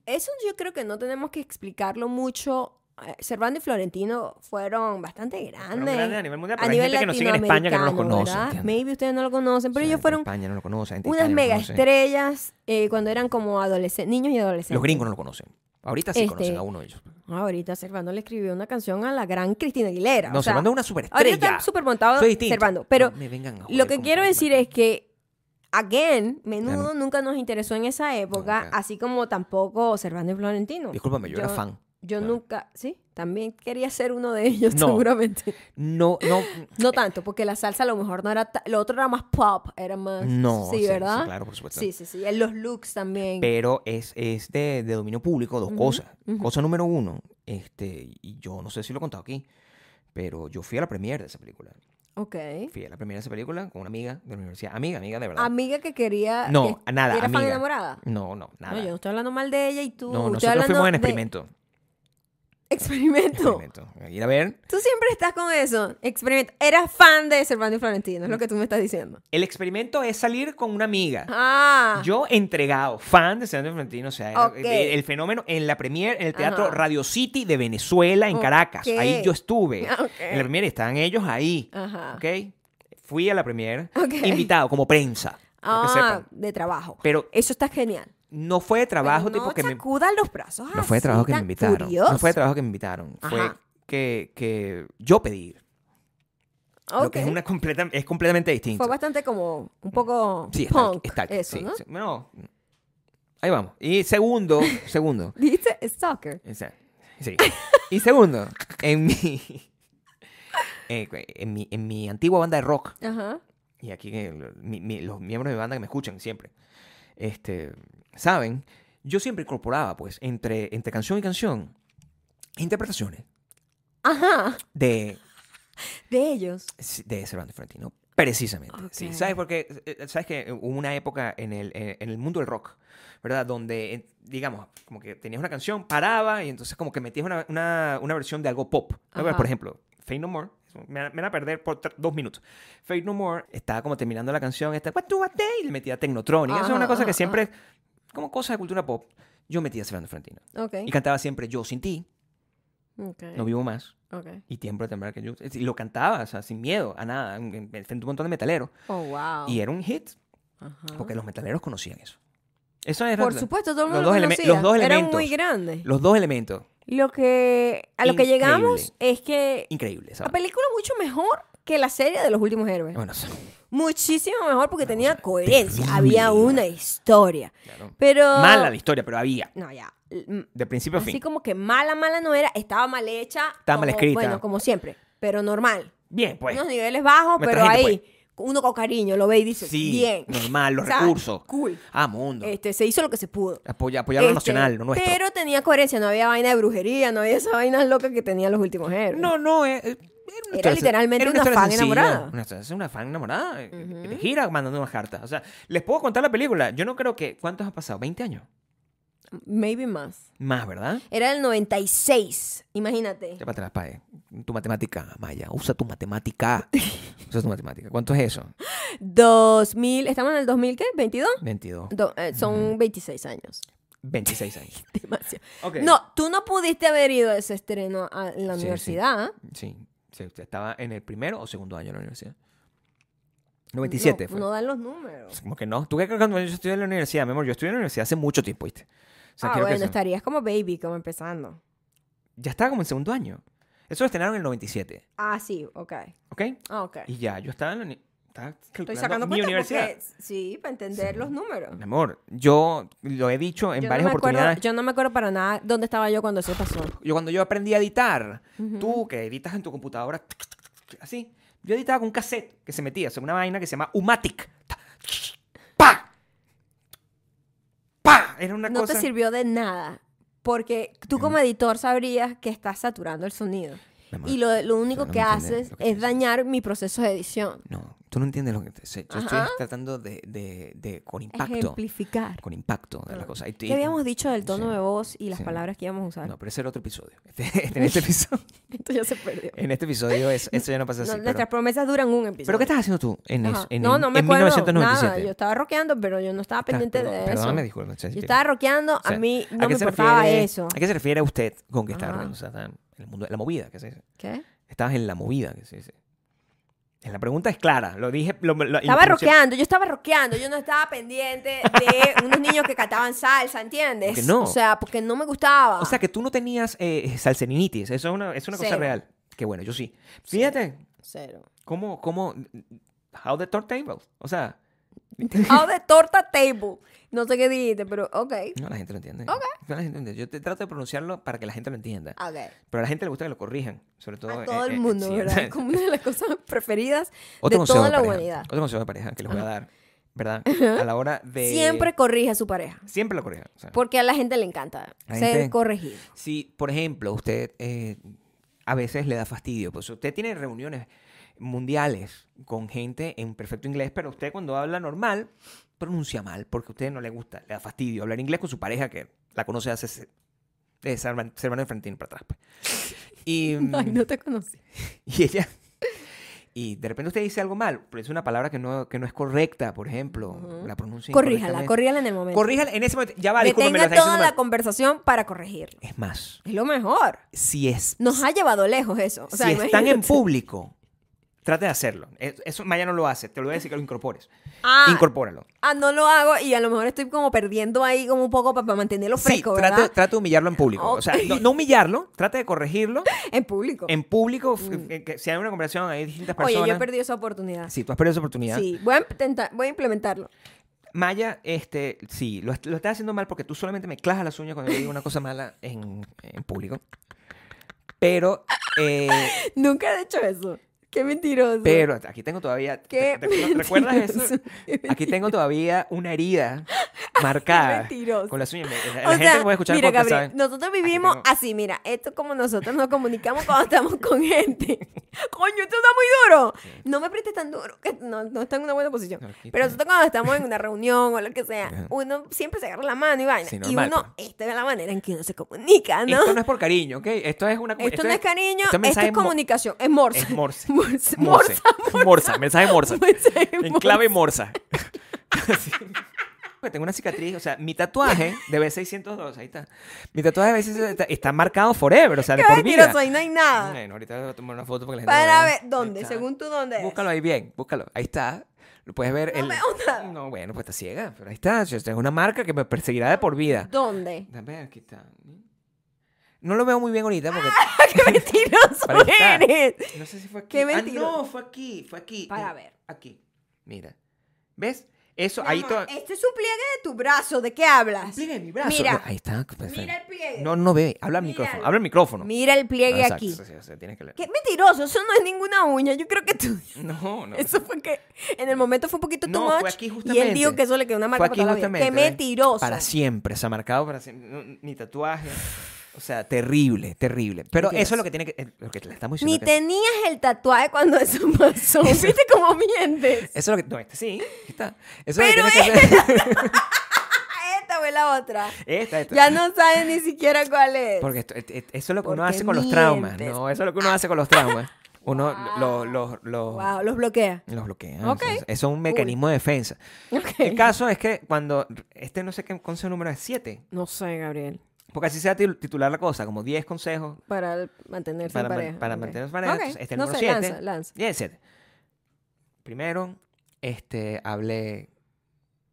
S1: Eso yo creo que no tenemos que explicarlo mucho. Eh, Servando y Florentino fueron bastante
S2: Fueron
S1: grandes.
S2: grandes a nivel mundial,
S1: a
S2: pero hay
S1: nivel
S2: gente que nos sigue en España que no los
S1: latinoamericano,
S2: conoce.
S1: ¿verdad?
S2: ¿entiendes?
S1: Maybe ustedes no lo conocen,
S2: O sea,
S1: pero ellos
S2: gente de
S1: fueron
S2: España no lo conoce, gente de
S1: unas
S2: Italia no lo
S1: mega
S2: conoce.
S1: estrellas eh, cuando eran como adolescentes, niños y adolescentes.
S2: Los gringos no lo conocen. Ahorita sí conocen
S1: Este,
S2: a uno de ellos.
S1: Ah, Ahorita Servando le escribió una canción a la gran Cristina Aguilera.
S2: No,
S1: o sea,
S2: Servando es una
S1: Ahorita
S2: superestrella.
S1: está súper montado
S2: Soy distinto.
S1: Servando, pero
S2: No me vengan a joder
S1: Lo que
S2: con
S1: quiero
S2: Batman.
S1: decir es que, again, menudo
S2: Claro.
S1: nunca nos interesó en esa época,
S2: Nunca.
S1: así como tampoco Servando y Florentino.
S2: Discúlpame, yo, era fan.
S1: Yo
S2: Claro.
S1: nunca, sí, también quería ser uno de ellos,
S2: No.
S1: seguramente.
S2: No, no.
S1: No tanto, porque la salsa a lo mejor no era, ta- lo otro era más pop, era más,
S2: No.
S1: sí, ¿verdad? Sí,
S2: claro, por supuesto.
S1: sí, sí, en los looks también.
S2: Pero es, es de, de dominio público dos cosas. Cosa número uno, este, y yo no sé si lo he contado aquí, pero yo fui a la premiere de esa película.
S1: ok.
S2: Fui a la premiere de esa película con una amiga de la universidad. Amiga, amiga, de verdad.
S1: Amiga que quería,
S2: No,
S1: que-
S2: nada,
S1: que era fan
S2: amiga.
S1: enamorada.
S2: No, no, nada.
S1: No, yo no estoy hablando mal de ella y tú.
S2: No,
S1: estoy
S2: nosotros
S1: hablando
S2: fuimos en
S1: de-
S2: experimento.
S1: Experimento.
S2: Experimento. Ir a ver.
S1: Tú siempre estás con eso. Experimento. Eras fan de Servando y Florentino, es lo que tú me estás diciendo.
S2: El experimento es salir con una amiga.
S1: Ah.
S2: Yo entregado, fan de Sergio Florentino, o sea, era-
S1: Ok.
S2: el, el fenómeno en la premier, en el teatro
S1: Ajá.
S2: Radio City de Venezuela, en
S1: Ok.
S2: Caracas. Ahí yo estuve.
S1: Ah, ok.
S2: En la premier estaban ellos ahí,
S1: Ajá.
S2: ¿ok? Fui a la premier,
S1: Ok.
S2: invitado como prensa, para que
S1: Ah,
S2: sepan.
S1: de trabajo.
S2: Pero-
S1: eso está genial.
S2: No fue de trabajo
S1: Pero no
S2: tipo que me,
S1: sacudan los brazos.
S2: no fue de
S1: así,
S2: trabajo que me
S1: tan
S2: invitaron, no
S1: furioso.
S2: fue de trabajo que me invitaron, fue
S1: Ajá.
S2: que, que yo pedí, lo que es
S1: Ok.
S2: una completa, es completamente distinto.
S1: Fue bastante como un poco
S2: Sí, está,
S1: punk.
S2: está-
S1: eso,
S2: sí,
S1: ¿no?
S2: sí. No, ahí vamos. Y segundo, segundo.
S1: Dijiste soccer.
S2: O sea, sí. Y segundo, en mi, eh, en mi en mi antigua banda de rock,
S1: Ajá.
S2: y aquí que lo- mi- mi- los miembros de mi banda que me escuchan siempre, este, saben, yo siempre incorporaba, pues, entre, entre canción y canción, interpretaciones
S1: Ajá.
S2: de,
S1: De ellos.
S2: de Cervantes Florentino. Precisamente, sí.
S1: Ok.
S2: ¿Sabes? Porque, eh, ¿sabes que hubo una época en el, eh, en el mundo del rock, ¿verdad? Donde, eh, digamos, como que tenías una canción, paraba y entonces como que metías una, una- una versión de algo pop. ¿no?
S1: Ajá.
S2: Por ejemplo, Fade No More, me, van- me van a perder por tre- dos minutos. Fade No More estaba como terminando la canción, esta, "What do I say?", y le metía Technotronic. Eso es
S1: Ajá,
S2: una cosa
S1: ajá,
S2: que siempre, como cosa de cultura pop, yo metía a Fernando Frantino.
S1: Ok.
S2: Y cantaba siempre Yo sin ti,
S1: Ok.
S2: no vivo más.
S1: ok.
S2: Y tiemblo de temblar que yo. Y lo cantaba, o sea, sin miedo a nada, en- en- frente a un montón de metaleros.
S1: Oh, wow.
S2: Y era un hit
S1: Ajá.
S2: porque los metaleros conocían eso. Eso era
S1: Por
S2: la-
S1: supuesto, todo el mundo
S2: los dos
S1: lo
S2: eleme-
S1: conocía.
S2: los dos
S1: Eran
S2: elementos.
S1: muy grandes.
S2: los dos elementos.
S1: Lo que, a lo que
S2: Increíble.
S1: llegamos es que
S2: Increíble. esa
S1: la
S2: banda.
S1: película mucho mejor que la serie de los últimos héroes.
S2: Bueno, sí,
S1: Muchísimo mejor porque tenía coherencia.
S2: terrible.
S1: Había una historia.
S2: claro.
S1: Pero...
S2: Mala la historia, pero había.
S1: No, ya. L-
S2: De principio a
S1: Así
S2: fin.
S1: como que mala, mala no era. Estaba mal hecha.
S2: Estaba mal
S1: como-
S2: escrita.
S1: Bueno, como siempre. Pero normal.
S2: Bien, pues.
S1: Unos niveles bajos,
S2: nuestra
S1: pero
S2: gente,
S1: ahí. Uno con cariño lo ve y dice,
S2: sí,
S1: bien.
S2: normal, los
S1: O sea,
S2: recursos.
S1: Cool.
S2: Ah, mundo.
S1: Este, se hizo lo que se pudo.
S2: Apoya- apoyar lo
S1: Este,
S2: nacional, lo nuestro.
S1: Pero tenía coherencia, no había vaina de brujería, no había esa vaina loca que tenían los últimos héroes.
S2: No, no, eh, eh, era, una historia sen-
S1: literalmente una
S2: historia
S1: fan
S2: sencilla,
S1: enamorada.
S2: Una, es una fan enamorada. eh, De gira mandando unas cartas. O sea, les puedo contar la película. Yo no creo que. ¿Cuántos ha pasado? ¿20 años?
S1: Maybe más.
S2: Más, ¿verdad?
S1: Era el 96, imagínate.
S2: Ya para atrás, pae. Tu matemática, Maya. Usa tu matemática. Usa tu matemática. ¿Cuánto es eso?
S1: 2000, estamos en el 2000, ¿qué? ¿22?
S2: 22.
S1: Do- eh, son 26 años.
S2: 26 años.
S1: Demasiado.
S2: Ok.
S1: No, tú no pudiste haber ido a ese estreno a en la
S2: Sí, sí.
S1: universidad.
S2: Sí. sí, usted Estaba en el primero o segundo año de la universidad. 97
S1: no,
S2: fue.
S1: No dan los números.
S2: Como que no. ¿Tú qué crees cuando yo estudié en la universidad, mi amor? Yo estudié en la universidad hace mucho tiempo, ¿viste? O sea,
S1: ah,
S2: creo que
S1: bueno,
S2: eso-
S1: estarías como baby, como empezando.
S2: Ya estaba como en segundo año. Eso lo estrenaron en el 97,
S1: Ah, sí, ok.
S2: ¿ok?
S1: Ah, ok.
S2: Y ya, yo estaba en la uni- estaba
S1: Estoy
S2: calculando
S1: sacando
S2: mi
S1: cuenta
S2: universidad.
S1: porque, sí, para entender los números.
S2: Mi amor, yo lo he dicho en
S1: Yo no
S2: varias
S1: me acuerdo-
S2: oportunidades.
S1: yo no me acuerdo para nada dónde estaba yo cuando eso pasó.
S2: Yo cuando yo aprendí a editar, tú que editas en tu computadora, así, yo editaba con un cassette que se metía, o sea, una vaina que se llama Umatic. ¡Pa! ¡Pa! Era una
S1: no
S2: cosa...
S1: te sirvió de nada. Porque tú como editor sabrías que estás saturando el sonido.
S2: Mi amor,
S1: Y lo, lo único
S2: no
S1: que
S2: me entiendes
S1: haces
S2: lo que
S1: es
S2: estoy
S1: dañar mi proceso de edición.
S2: No, tú no entiendes lo que... te- se- Yo
S1: Ajá.
S2: estoy tratando de, de- de- con impacto.
S1: Ejemplificar.
S2: Con impacto de la cosa. Y- y-
S1: ¿Qué habíamos dicho del tono
S2: sí,
S1: de voz y las
S2: sí.
S1: palabras que íbamos a usar?
S2: No, pero ese era otro episodio. Este- en, este episodio
S1: Esto ya se perdió.
S2: en este episodio es- eso ya no pasa
S1: No,
S2: así.
S1: nuestras
S2: pero,
S1: promesas duran un episodio.
S2: ¿pero qué estás haciendo tú en,
S1: Ajá.
S2: eso- en,
S1: No, no me
S2: en
S1: acuerdo
S2: 1997?
S1: nada. Yo estaba rockeando, pero yo no estaba
S2: Estás-
S1: pendiente
S2: perdón-
S1: de
S2: Perdóname,
S1: eso.
S2: disculpa. o sea,
S1: Yo
S2: que-
S1: estaba rockeando,
S2: O sea,
S1: a mí no
S2: qué
S1: me
S2: se
S1: importaba
S2: refiere-
S1: eso. Ah.
S2: ¿A qué se refiere usted con que está
S1: Ajá.
S2: o sea, está en el mundo de la movida? ¿qué se dice?
S1: ¿Qué?
S2: Estabas en la movida, ¿qué se dice? En La pregunta es clara, lo dije... Lo, lo- y lo
S1: Estaba
S2: pronuncié-
S1: rockeando, yo estaba rockeando, yo no estaba pendiente de unos niños que cantaban salsa, ¿entiendes?
S2: Porque no.
S1: O sea, porque no me gustaba.
S2: O sea, que tú no tenías eh, salserinitis, eso es una, es una cosa
S1: Cero.
S2: real. Que bueno, yo sí. Fíjate,
S1: Cero.
S2: cómo, cómo... How the turntable, o sea...
S1: Out de torta table. No sé qué dijiste, pero ok.
S2: No, la gente lo entiende. No, la gente lo entiende. Yo te trato de pronunciarlo para que la gente lo entienda.
S1: Ok.
S2: Pero a la gente le gusta que lo corrijan, sobre todo...
S1: a todo
S2: eh,
S1: el
S2: eh,
S1: mundo,
S2: sí.
S1: ¿verdad? Como una de las cosas preferidas
S2: Otro
S1: de
S2: consejo
S1: toda la
S2: pareja,
S1: humanidad.
S2: Otro consejo de pareja que les voy a dar, ¿verdad? A la hora de...
S1: Siempre corrige a su pareja.
S2: Siempre lo corrijan. o sea,
S1: Porque a la gente le encanta
S2: La
S1: ser
S2: gente-
S1: corregido.
S2: Si, por ejemplo, usted eh, a veces le da fastidio, pues usted tiene reuniones mundiales con gente en perfecto inglés, pero usted cuando habla normal pronuncia mal porque a usted no le gusta, le da fastidio hablar inglés con su pareja que la conoce hace se- de ser hermano enfrentín para atrás. pues. Y,
S1: Ay, no te conocí.
S2: y ella. Y de repente usted dice algo mal, pero es una palabra que no, que no es correcta, por ejemplo, la pronuncia
S1: Corríjala,
S2: incorrectamente.
S1: corríjala en el momento.
S2: Corríjala en ese momento. Ya va, discúlpame, lo
S1: Detenga
S2: está diciendo
S1: toda la
S2: mal.
S1: conversación para corregirlo.
S2: Es más,
S1: Es lo mejor.
S2: si es
S1: Nos ha llevado lejos eso. O sea,
S2: si están en
S1: imagínate.
S2: público, trate de hacerlo. Es- Eso Maya no lo hace. Te lo voy a decir que lo incorpores.
S1: Ah,
S2: Incorpóralo.
S1: ah, no lo hago y a lo mejor estoy como perdiendo ahí como un poco para, mantenerlo
S2: Sí,
S1: fresco,
S2: trate,
S1: ¿verdad?
S2: trate de humillarlo en público. O sea,
S1: Ok.
S2: no, no humillarlo, trate de corregirlo
S1: En público.
S2: en público. f- que- que si hay una conversación, hay distintas
S1: Mm. Oye,
S2: personas.
S1: yo he perdido esa oportunidad. Sí,
S2: Sí, tú has perdido esa oportunidad.
S1: voy a, intentar, voy a implementarlo.
S2: Maya, este, sí, lo, est- lo estás haciendo mal porque tú solamente me clajas las uñas cuando yo digo una cosa mala en, en público. Pero, eh,
S1: Nunca he hecho eso. Qué mentiroso.
S2: pero aquí tengo todavía.
S1: Qué
S2: ¿te- te- ¿Recuerdas eso?
S1: mentiroso.
S2: Aquí tengo todavía una herida marcada.
S1: Mentiroso.
S2: Con las uñas. Me- La,
S1: O
S2: la gente
S1: sea,
S2: que puede escuchar el
S1: mira,
S2: podcast,
S1: Gabriel,
S2: ¿saben?
S1: nosotros vivimos
S2: tengo-
S1: así, mira, esto es como nosotros nos comunicamos cuando estamos con gente. Coño, esto está muy duro. No me prestes tan duro, que no, no está en una buena posición.
S2: No, aquí
S1: Pero
S2: está.
S1: nosotros cuando estamos en una reunión o lo que sea,
S2: Ajá.
S1: uno siempre se agarra la mano y vaina.
S2: Sí,
S1: y
S2: normal,
S1: uno, esta es la manera en que uno se comunica, ¿no?
S2: Esto no es por cariño, ¿ok? Esto es una.
S1: Esto, no es cariño, esto
S2: esto es
S1: es,
S2: este mensaje mo-
S1: comunicación, es morsa.
S2: es morse.
S1: Morse,
S2: Morse.
S1: morsa.
S2: Morsa, mensaje morsa.
S1: Mensaje
S2: En
S1: morsa.
S2: clave morsa. Sí. Porque Tengo una cicatriz, o sea, mi tatuaje de B602, ahí está. Mi tatuaje de B602 está, está marcado forever, o sea, de
S1: Qué
S2: por vida.
S1: mentiroso, ahí no hay nada.
S2: Bueno, ahorita voy a tomar una foto para que la gente lo
S1: Para
S2: vea.
S1: ver, ¿dónde?
S2: Ahí está.
S1: Según tú, ¿dónde es?
S2: Búscalo ahí bien, búscalo. Ahí está. Lo puedes ver.
S1: No
S2: el-
S1: veo nada.
S2: No, bueno, pues está ciega, pero ahí está. Es una marca que me perseguirá de por vida.
S1: ¿Dónde?
S2: A ver, aquí está. No lo veo muy bien ahorita porque.
S1: ¡Qué mentiroso
S2: Para estar.
S1: eres!
S2: No sé si fue aquí.
S1: Qué
S2: Ah,
S1: mentira.
S2: no, fue aquí, fue aquí.
S1: Para
S2: Mira,
S1: ver.
S2: Aquí. Mira. ¿Ves? Eso,
S1: Mi
S2: ahí
S1: amor,
S2: todo.
S1: Este es un pliegue de tu brazo, ¿de qué hablas?
S2: Pliegue mi brazo.
S1: Mira.
S2: Ahí está. pues,
S1: Mira el pliegue.
S2: No, no ve. Habla al
S1: Míralo.
S2: micrófono. Habla al micrófono.
S1: Mira el pliegue
S2: Exacto,
S1: aquí.
S2: sí, sí, sí, tienes que leer.
S1: Qué mentiroso, eso no es ninguna uña. Yo creo que tú.
S2: No, no.
S1: Eso fue que en el momento fue un poquito too
S2: No,
S1: much.
S2: fue aquí
S1: y él dijo
S2: justamente.
S1: que eso le quedó una
S2: Fue
S1: marca para
S2: aquí
S1: toda la vida.
S2: justamente.
S1: Qué
S2: ¿ves?
S1: mentiroso.
S2: Para siempre, se ha marcado para siempre. No, Ni tatuaje. O sea, terrible, terrible. Pero
S1: Mentiroso.
S2: eso es lo que tiene que. eh, Lo que le estamos
S1: Ni
S2: diciendo. que-
S1: tenías el tatuaje cuando eso pasó. ¿Viste cómo mientes?
S2: Eso es lo que. No, este sí. Aquí está. Eso
S1: Pero
S2: es lo que tiene que hacer.
S1: Ah, esta fue la otra.
S2: Esta, esta.
S1: Ya no sabes ni siquiera cuál es.
S2: Porque esto- et- et- eso es lo que uno
S1: Porque
S2: hace con los traumas,
S1: mientes.
S2: ¿no? Eso es lo que uno hace con los traumas. Uno lo- lo- lo- lo-
S1: Wow, los bloquea.
S2: los bloquea.
S1: Ok.
S2: O sea, Eso es un mecanismo de defensa.
S1: Ok.
S2: El caso es que cuando... Este no sé qué consejo número es 7.
S1: No sé, Gabriel.
S2: Porque así se va a til- titular la cosa, como 10 consejos
S1: Para mantenerse
S2: para,
S1: en
S2: man-
S1: pareja.
S2: para
S1: Ok.
S2: mantener pareja.
S1: Ok,
S2: Entonces, este
S1: no
S2: número
S1: sé,
S2: 7.
S1: lanza, lanza.
S2: Primero, este, hable...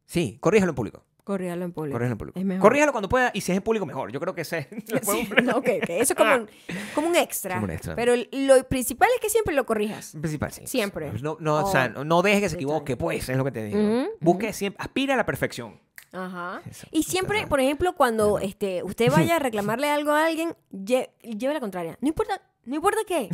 S2: Sí, corríjalo en público.
S1: Corríalo en público.
S2: Corríjalo en público.
S1: Es mejor.
S2: Corríjalo cuando pueda y si es en público, mejor. Yo creo que ese es... lo
S1: Sí,
S2: podemos-
S1: no, ok, ok. Eso es como un, como un extra.
S2: Ah. Como un extra.
S1: Pero el- lo principal es que siempre lo corrijas.
S2: Principal, sí.
S1: Siempre.
S2: No, no, o sea,
S1: O-
S2: no, no dejes que se
S1: Detalle.
S2: equivoque, pues, es lo que te digo.
S1: Ujú,
S2: Busque siempre, aspira a la perfección.
S1: Ajá.
S2: Eso,
S1: Y
S2: está
S1: siempre,
S2: bien.
S1: por ejemplo, cuando este, usted vaya a reclamarle algo a alguien, lle- lleve la contraria. No importa, no importa qué.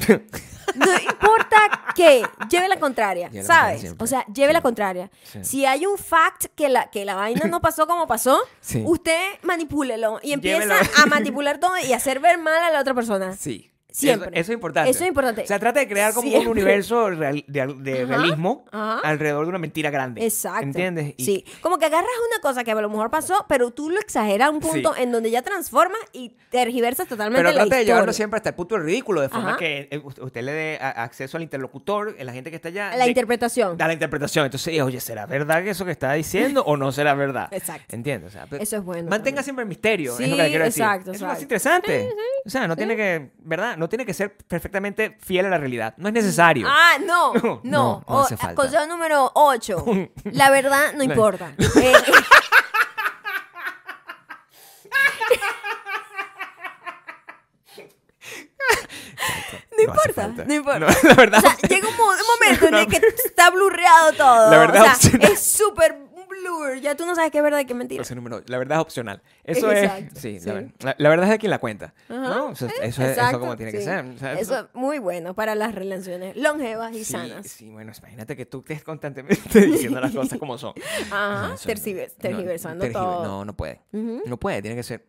S1: No importa qué. Lleve la contraria,
S2: Lleve la contraria
S1: ¿sabes?
S2: siempre.
S1: o sea, lleve la contraria.
S2: Sí.
S1: Si hay un fact que la, que la vaina no pasó como pasó,
S2: Sí.
S1: usted manipúlelo y empieza
S2: Llévelo.
S1: a manipular todo y hacer ver mal a la otra persona.
S2: Sí.
S1: Ah, Siempre.
S2: Eso, eso es importante.
S1: Eso es importante.
S2: O sea, trata de crear como un
S1: Siempre.
S2: universo real- de, de
S1: Ajá,
S2: realismo
S1: ajá.
S2: alrededor de una mentira grande.
S1: Exacto.
S2: ¿Entiendes? Y-
S1: Sí. Como que agarras una cosa que a lo mejor pasó, pero tú lo exageras a un punto
S2: Sí.
S1: en donde ya transformas y tergiversas totalmente
S2: Pero
S1: la
S2: trata de llevarlo
S1: historia.
S2: siempre hasta el punto del ridículo, de forma
S1: Ajá.
S2: que eh, usted usted le dé a- acceso al interlocutor, a la gente que está allá.
S1: La
S2: de-
S1: interpretación.
S2: Da la interpretación. Entonces, eh, oye, ¿será verdad que eso que está diciendo o no será verdad?
S1: Exacto.
S2: ¿Entiendes? O sea, pe-
S1: Eso es bueno
S2: Mantenga
S1: también.
S2: siempre el misterio, es lo que le
S1: Sí,
S2: quiero decir.
S1: exacto,
S2: Eso es
S1: exacto.
S2: más interesante. o sea, no tiene que, ¿verdad? No tiene que ser perfectamente fiel a la realidad. No es necesario.
S1: Ah, no,
S2: No,
S1: no.
S2: no
S1: O-
S2: hace falta.
S1: Consejo número 8. La verdad no importa. Eh, no
S2: No hace
S1: importa,
S2: falta.
S1: no importa.
S2: No, la verdad.
S1: O sea, llega un, mo- un momento en el que está blurreado todo.
S2: La verdad
S1: o sea,
S2: obscena.
S1: es súper un blur. Ya tú no sabes qué es verdad y qué es mentira.
S2: Entonces, número ocho. La verdad es opcional. Eso
S1: Exacto,
S2: es. Sí,
S1: sí.
S2: La, ver- la- la verdad es de quien la cuenta.
S1: Ajá.
S2: ¿no? O sea,
S1: Eh,
S2: eso, es, eso
S1: exacto,
S2: como tiene que
S1: sí.
S2: ser. O sea,
S1: eso es muy bueno para las relaciones longevas y
S2: Sí,
S1: sanas.
S2: sí, bueno, imagínate que tú estés constantemente diciendo las cosas como son.
S1: Ajá,
S2: Eso no-
S1: tergiver-
S2: no,
S1: Ah, tergiversando
S2: tergiver-
S1: todo.
S2: No, no puede. No puede, tiene que ser.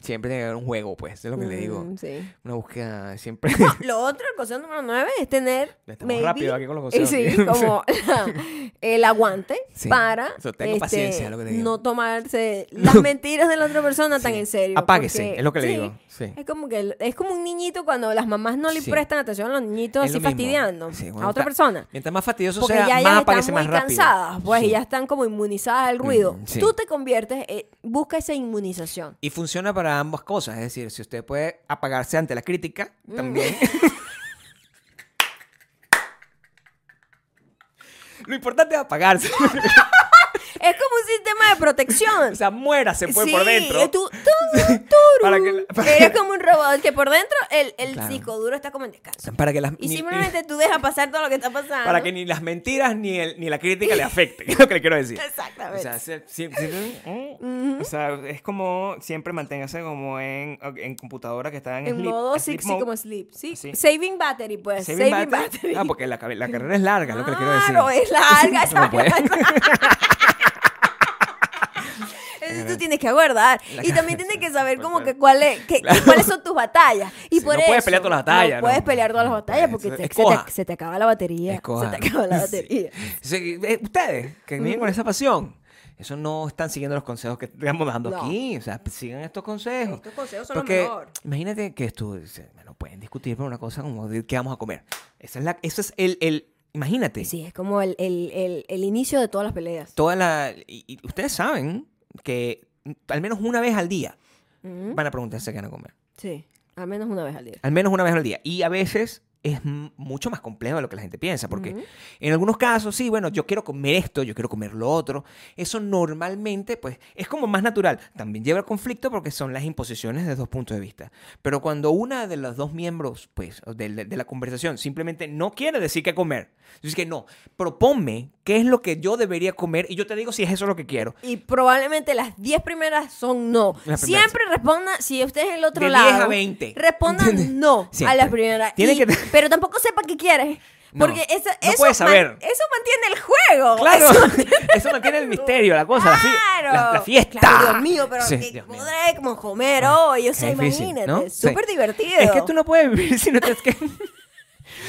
S2: Siempre tiene que haber un juego, pues. Es lo que le digo.
S1: Mm, sí.
S2: Una búsqueda siempre.
S1: Lo otro, el consejo número 9 es tener.
S2: Estamos
S1: maybe,
S2: rápido aquí con los
S1: eh,
S2: consejos.
S1: Sí, como la- el aguante
S2: Sí.
S1: para este,
S2: O sea, tengo paciencia, lo que te digo.
S1: no tomarse las mentiras de la otra persona tan
S2: Sí.
S1: en serio.
S2: Apáguese,
S1: porque-
S2: es lo que le
S1: sí,
S2: digo. Sí.
S1: Es como, que, el- es como un niñito cuando las mamás no le
S2: Sí.
S1: prestan atención a los niñitos
S2: Es
S1: así
S2: lo mismo.
S1: fastidiando
S2: Sí,
S1: a
S2: cuando
S1: otra
S2: está-
S1: persona.
S2: Mientras más fastidioso
S1: Porque
S2: sea,
S1: ya
S2: más
S1: ellas
S2: aparece
S1: están muy
S2: más rápido.
S1: cansadas, pues,
S2: Sí.
S1: y ya están como inmunizadas al ruido.
S2: Mm, sí.
S1: Tú te conviertes, eh, busca esa inmunización.
S2: Y funciona para ambas cosas. Es decir, si usted puede apagarse ante la crítica,
S1: Mm.
S2: también. Lo importante es apagarse.
S1: Es como un sistema de protección.
S2: o sea, muérase pues por
S1: Sí,
S2: dentro.
S1: tú- tú- tú-
S2: Para que la- para-
S1: Eres como un robot que por dentro el, el
S2: Claro.
S1: disco duro está como en descanso.
S2: Para que las
S1: Y
S2: ni-
S1: simplemente tú dejas pasar todo lo que está pasando.
S2: para que ni las mentiras ni, el- ni la crítica le afecte. Es lo que le quiero decir. O
S1: Exactamente.
S2: sea, se- si- si- o sea, es como siempre manténgase como en, en computadora que está en,
S1: en
S2: sleep-
S1: modo sí,
S2: sleep
S1: sí,
S2: mode.
S1: como sleep. Sí.
S2: Sí.
S1: Saving battery, pues.
S2: Saving
S1: Saving,
S2: battery.
S1: battery.
S2: Ah, porque la, cabe- la carrera es
S1: Ah,
S2: larga, es lo que le quiero decir.
S1: Claro, es larga.
S2: Eso no
S1: esa-
S2: puede.
S1: tienes que guardar.
S2: La
S1: y también
S2: cabeza,
S1: tienes que saber
S2: por
S1: como que
S2: supuesto.
S1: cuál es- que-
S2: Claro.
S1: cuáles son tus batallas. Y
S2: Sí,
S1: por
S2: no puedes
S1: eso
S2: pelear todas las batallas,
S1: No puedes
S2: no.
S1: pelear todas las
S2: No
S1: batallas
S2: puedes,
S1: porque
S2: eso
S1: te,
S2: es
S1: se, te,
S2: coja.
S1: se te acaba la batería.
S2: Es coja.
S1: Se te acaba la
S2: Sí.
S1: batería.
S2: Sí, eh, ustedes que vienen con esa pasión, eso no están siguiendo los consejos que estamos dando
S1: No.
S2: aquí. O sea, sigan estos consejos.
S1: Estos consejos son lo
S2: Porque
S1: mejor.
S2: imagínate que tú, no pueden discutir por una cosa como de qué vamos a comer. Esa es la, eso es el, el- imagínate.
S1: Sí, es como el, el, el, el inicio de todas las peleas.
S2: Toda la, y, y ustedes saben que al menos una vez al día
S1: Ujú.
S2: van a preguntarse qué van a comer.
S1: Sí, al menos una vez al día.
S2: Al menos una vez al día. Y a veces es m- mucho más complejo de lo que la gente piensa, porque
S1: Ujú.
S2: en algunos casos, sí, bueno, yo quiero comer esto, yo quiero comer lo otro. Eso normalmente, pues, es como más natural. También lleva al conflicto porque son las imposiciones de dos puntos de vista. Pero cuando una de los dos miembros, pues, o del- de, la conversación simplemente no quiere decir qué comer, dice que no, proponme qué es lo que yo debería comer y yo te digo si es eso lo que quiero.
S1: Y probablemente las 10 primeras son no.
S2: primeras.
S1: Siempre responda, si usted es el otro
S2: De 10
S1: lado.
S2: a 20.
S1: Respondan
S2: ¿Entiendes?
S1: no a
S2: Siempre.
S1: las primeras.
S2: Tiene
S1: Y-
S2: que-
S1: Pero tampoco sepa qué quiere.
S2: No,
S1: Porque esa-
S2: no
S1: eso,
S2: puede saber.
S1: eso mantiene el juego.
S2: Claro,
S1: Eso-
S2: eso mantiene el misterio, la cosa, la fi-
S1: Claro.
S2: la, la fiesta.
S1: Claro, Dios mío, pero
S2: Sí,
S1: que
S2: Dios mío.
S1: podré como comer hoy. O
S2: Qué
S1: sea,
S2: difícil,
S1: imagínate.
S2: ¿no? Sí.
S1: Súper divertido.
S2: Es que tú no puedes vivir si no te... es que-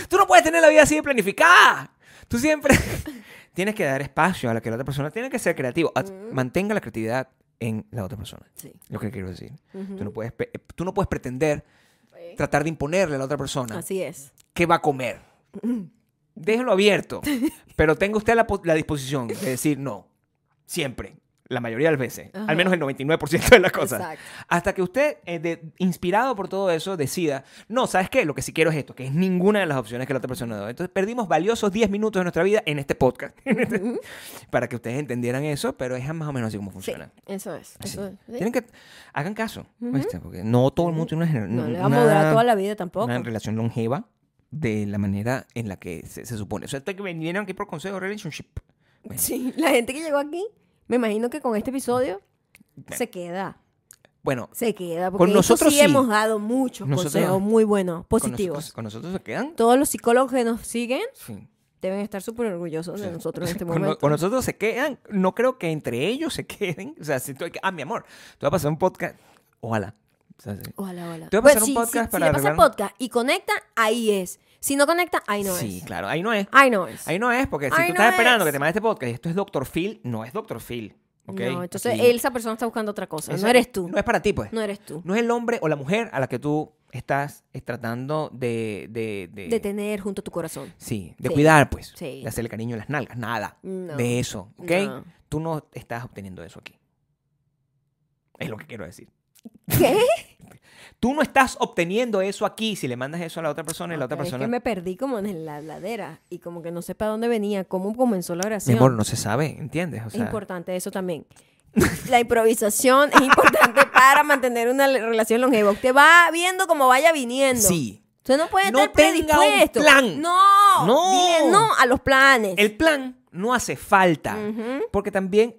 S2: tú no puedes tener la vida así de planificada. Tú siempre tienes que dar espacio a la que la otra persona tiene que ser creativo. At- Mantenga la creatividad en la otra persona.
S1: Sí.
S2: Lo que quiero decir. tú, no puedes pe- tú no puedes pretender
S1: Sí.
S2: tratar de imponerle a la otra persona
S1: Así es.
S2: qué va a comer. Déjelo abierto, pero tenga usted la, po- la disposición de decir no. Siempre. La mayoría de las veces.
S1: Ajá.
S2: Al menos el 99% de las cosas.
S1: Exacto.
S2: Hasta que usted, eh, de- inspirado por todo eso, decida, no, ¿sabes qué? Lo que sí quiero es esto, que es ninguna de las opciones que la otra persona da. Entonces perdimos valiosos 10 minutos de nuestra vida en este podcast. Para que ustedes entendieran eso, pero es más o menos así como
S1: Sí,
S2: funciona.
S1: eso es.
S2: Así.
S1: Eso es. Sí.
S2: Tienen que, hagan caso, ¿oíste? porque no todo el mundo tiene una, gener-
S1: No le
S2: una-
S1: vamos a durar toda la vida tampoco.
S2: una relación longeva de la manera en la que se, se supone. O sea, esto que vinieron aquí por consejo de relationship. Bueno,
S1: Sí, la gente que llegó aquí, me imagino que con este episodio se queda.
S2: bueno,
S1: Se queda. Porque
S2: Con nosotros
S1: nosotros sí,
S2: sí.
S1: hemos dado muchos
S2: Nosotros-
S1: consejos muy buenos,
S2: con
S1: positivos.
S2: nosotros- Con nosotros, se quedan.
S1: Todos los psicólogos que nos siguen
S2: Sí.
S1: deben estar súper orgullosos de
S2: Sí.
S1: nosotros en este
S2: Con no-
S1: momento.
S2: Con nosotros se quedan, no creo que entre ellos se queden. O sea, si tú, ah, mi amor, tú vas a pasar un podcast, ojalá. O sea, sí.
S1: Ojalá, ojalá.
S2: Te voy a
S1: Pues,
S2: pasar un
S1: si-
S2: podcast
S1: si- si,
S2: para
S1: le pasa el
S2: arreglar-
S1: podcast y conecta, ahí es. Si no conecta, ahí no
S2: sí,
S1: es.
S2: claro, ahí no es.
S1: Ahí no es.
S2: Ahí no es, porque si
S1: Ahí
S2: tú
S1: no
S2: estás esperando
S1: es.
S2: que te mande este podcast y esto es Dr. Phil, no es Dr. Phil. ¿ok?
S1: No, entonces
S2: Aquí-
S1: él- esa persona está buscando otra cosa.
S2: esa-
S1: No eres tú.
S2: No es para ti, pues.
S1: No eres tú.
S2: No es el hombre o la mujer a la que tú estás eh, tratando de. de, de-
S1: De tener junto a tu corazón.
S2: Sí, de
S1: Sí.
S2: cuidar, pues.
S1: Sí.
S2: De hacerle cariño en las nalgas, nada.
S1: No.
S2: De eso, ¿ok?
S1: No.
S2: Tú no estás obteniendo eso aquí. Es lo que quiero decir.
S1: ¿Qué?
S2: Tú no estás obteniendo eso aquí si le mandas eso a la otra persona y la otra
S1: Pero
S2: persona.
S1: Es que me perdí como en la ladera y como que no sé para dónde venía, cómo comenzó la
S2: Mi
S1: oración.
S2: amor, no se sabe, ¿entiendes? O
S1: es
S2: sea,
S1: importante eso también. La improvisación es importante para mantener una le- relación longeva. Usted va viendo cómo vaya viniendo.
S2: sí.
S1: Usted no puede
S2: No
S1: estar
S2: tenga un
S1: predispuesto.
S2: plan.
S1: No.
S2: No.
S1: Dile no a los planes.
S2: El plan no hace falta,
S1: Ujú.
S2: porque también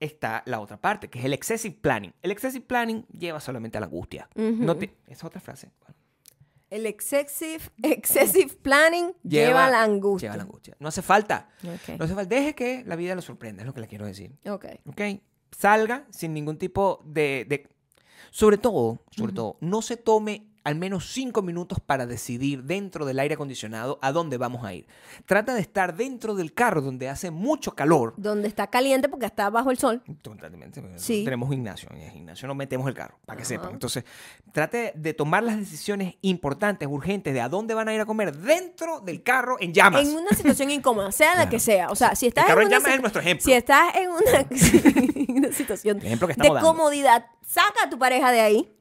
S2: está la otra parte, que es el excessive planning. El excessive planning lleva solamente a la angustia.
S1: Ujú.
S2: No te- Esa es otra frase. Bueno,
S1: El excessive, excessive planning lleva, a la angustia.
S2: Lleva a la angustia. No hace falta.
S1: Ok.
S2: No hace falta. Deje que la vida lo sorprenda, es lo que le quiero decir.
S1: Ok.
S2: ¿ok? Salga sin ningún tipo de... de- Sobre todo, sobre todo, no se tome al menos cinco minutos para decidir dentro del aire acondicionado a dónde vamos a ir. Trata de estar dentro del carro donde hace mucho calor.
S1: Donde está caliente porque está bajo el sol.
S2: Totalmente. porque
S1: Sí.
S2: nosotros Tenemos gimnasio. En el gimnasio no metemos el carro, para que
S1: Ajá.
S2: sepan. Entonces, trate de tomar las decisiones importantes, urgentes, de a dónde van a ir a comer dentro del carro en llamas.
S1: en una situación incómoda, sea la que sea. O sea, si estás
S2: El carro
S1: en
S2: en
S1: una
S2: llamas
S1: situ-
S2: es nuestro ejemplo.
S1: Si estás en una, en una situación
S2: El ejemplo que
S1: de
S2: estamos dando.
S1: comodidad, saca a tu pareja de ahí,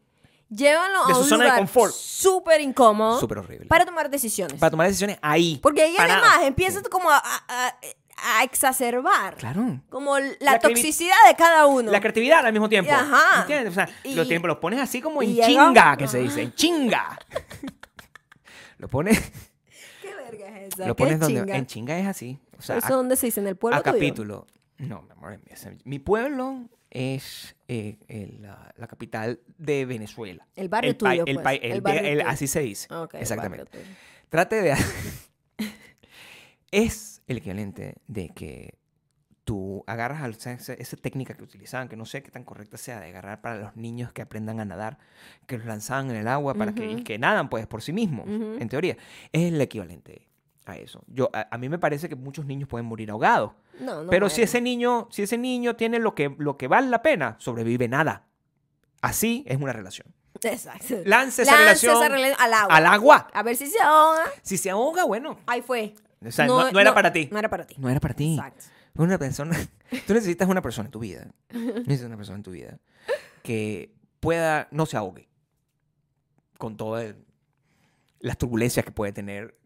S1: llévalo
S2: De
S1: a
S2: su
S1: un
S2: zona de
S1: lugar
S2: confort.
S1: súper incómodo
S2: Súper horrible.
S1: para tomar decisiones.
S2: Para tomar decisiones ahí.
S1: Porque ahí
S2: parados.
S1: además empiezas tú como a, a- a- a exacerbar
S2: Claro.
S1: como la,
S2: La crimi-
S1: toxicidad de cada uno.
S2: La creatividad al mismo tiempo.
S1: Ajá.
S2: ¿Entiendes? O sea,
S1: Y-
S2: los tiempos los pones así como
S1: y
S2: en
S1: llega-
S2: chinga, que se dice, en chinga. lo pones,
S1: ¿Qué verga es esa?
S2: lo
S1: ¿Qué
S2: pones donde
S1: chinga?
S2: en chinga es así. O sea,
S1: ¿Eso
S2: a,
S1: donde se dice? ¿En el pueblo
S2: a
S1: tuyo?
S2: capítulo. No, mi amor, es- mi pueblo es eh, el, la, la capital de Venezuela.
S1: El barrio
S2: el pai-
S1: tuyo,
S2: el
S1: pues.
S2: pai-
S1: El
S2: el-
S1: barrio
S2: el-
S1: tuyo.
S2: así se dice.
S1: Ah, ok, el
S2: Exactamente.
S1: barrio tuyo.
S2: Trate de. es el equivalente de que tú agarras al- esa, esa- esa técnica que utilizaban, que no sé qué tan correcta sea, de agarrar para los niños que aprendan a nadar, que los lanzaban en el agua para que, y
S1: Ujú.
S2: que nadan pues por sí mismos,
S1: Ujú.
S2: en teoría. Es el equivalente a eso. Yo, a, a mí me parece que muchos niños pueden morir ahogados,
S1: No, no.
S2: pero si
S1: mueren.
S2: ese niño, si ese niño tiene lo que, lo que vale la pena, sobrevive nada. Así es una relación.
S1: Exacto.
S2: Lance esa
S1: Lanza
S2: relación
S1: esa relación al agua.
S2: al agua.
S1: A ver si se ahoga.
S2: Si se ahoga, bueno.
S1: Ahí fue.
S2: O sea, no, no era para ti.
S1: No era para ti.
S2: No era para ti.
S1: Exacto.
S2: Una persona. Tú necesitas una persona en tu vida. Necesitas una persona en tu vida que pueda. No se ahogue. Con todas las turbulencias que puede tener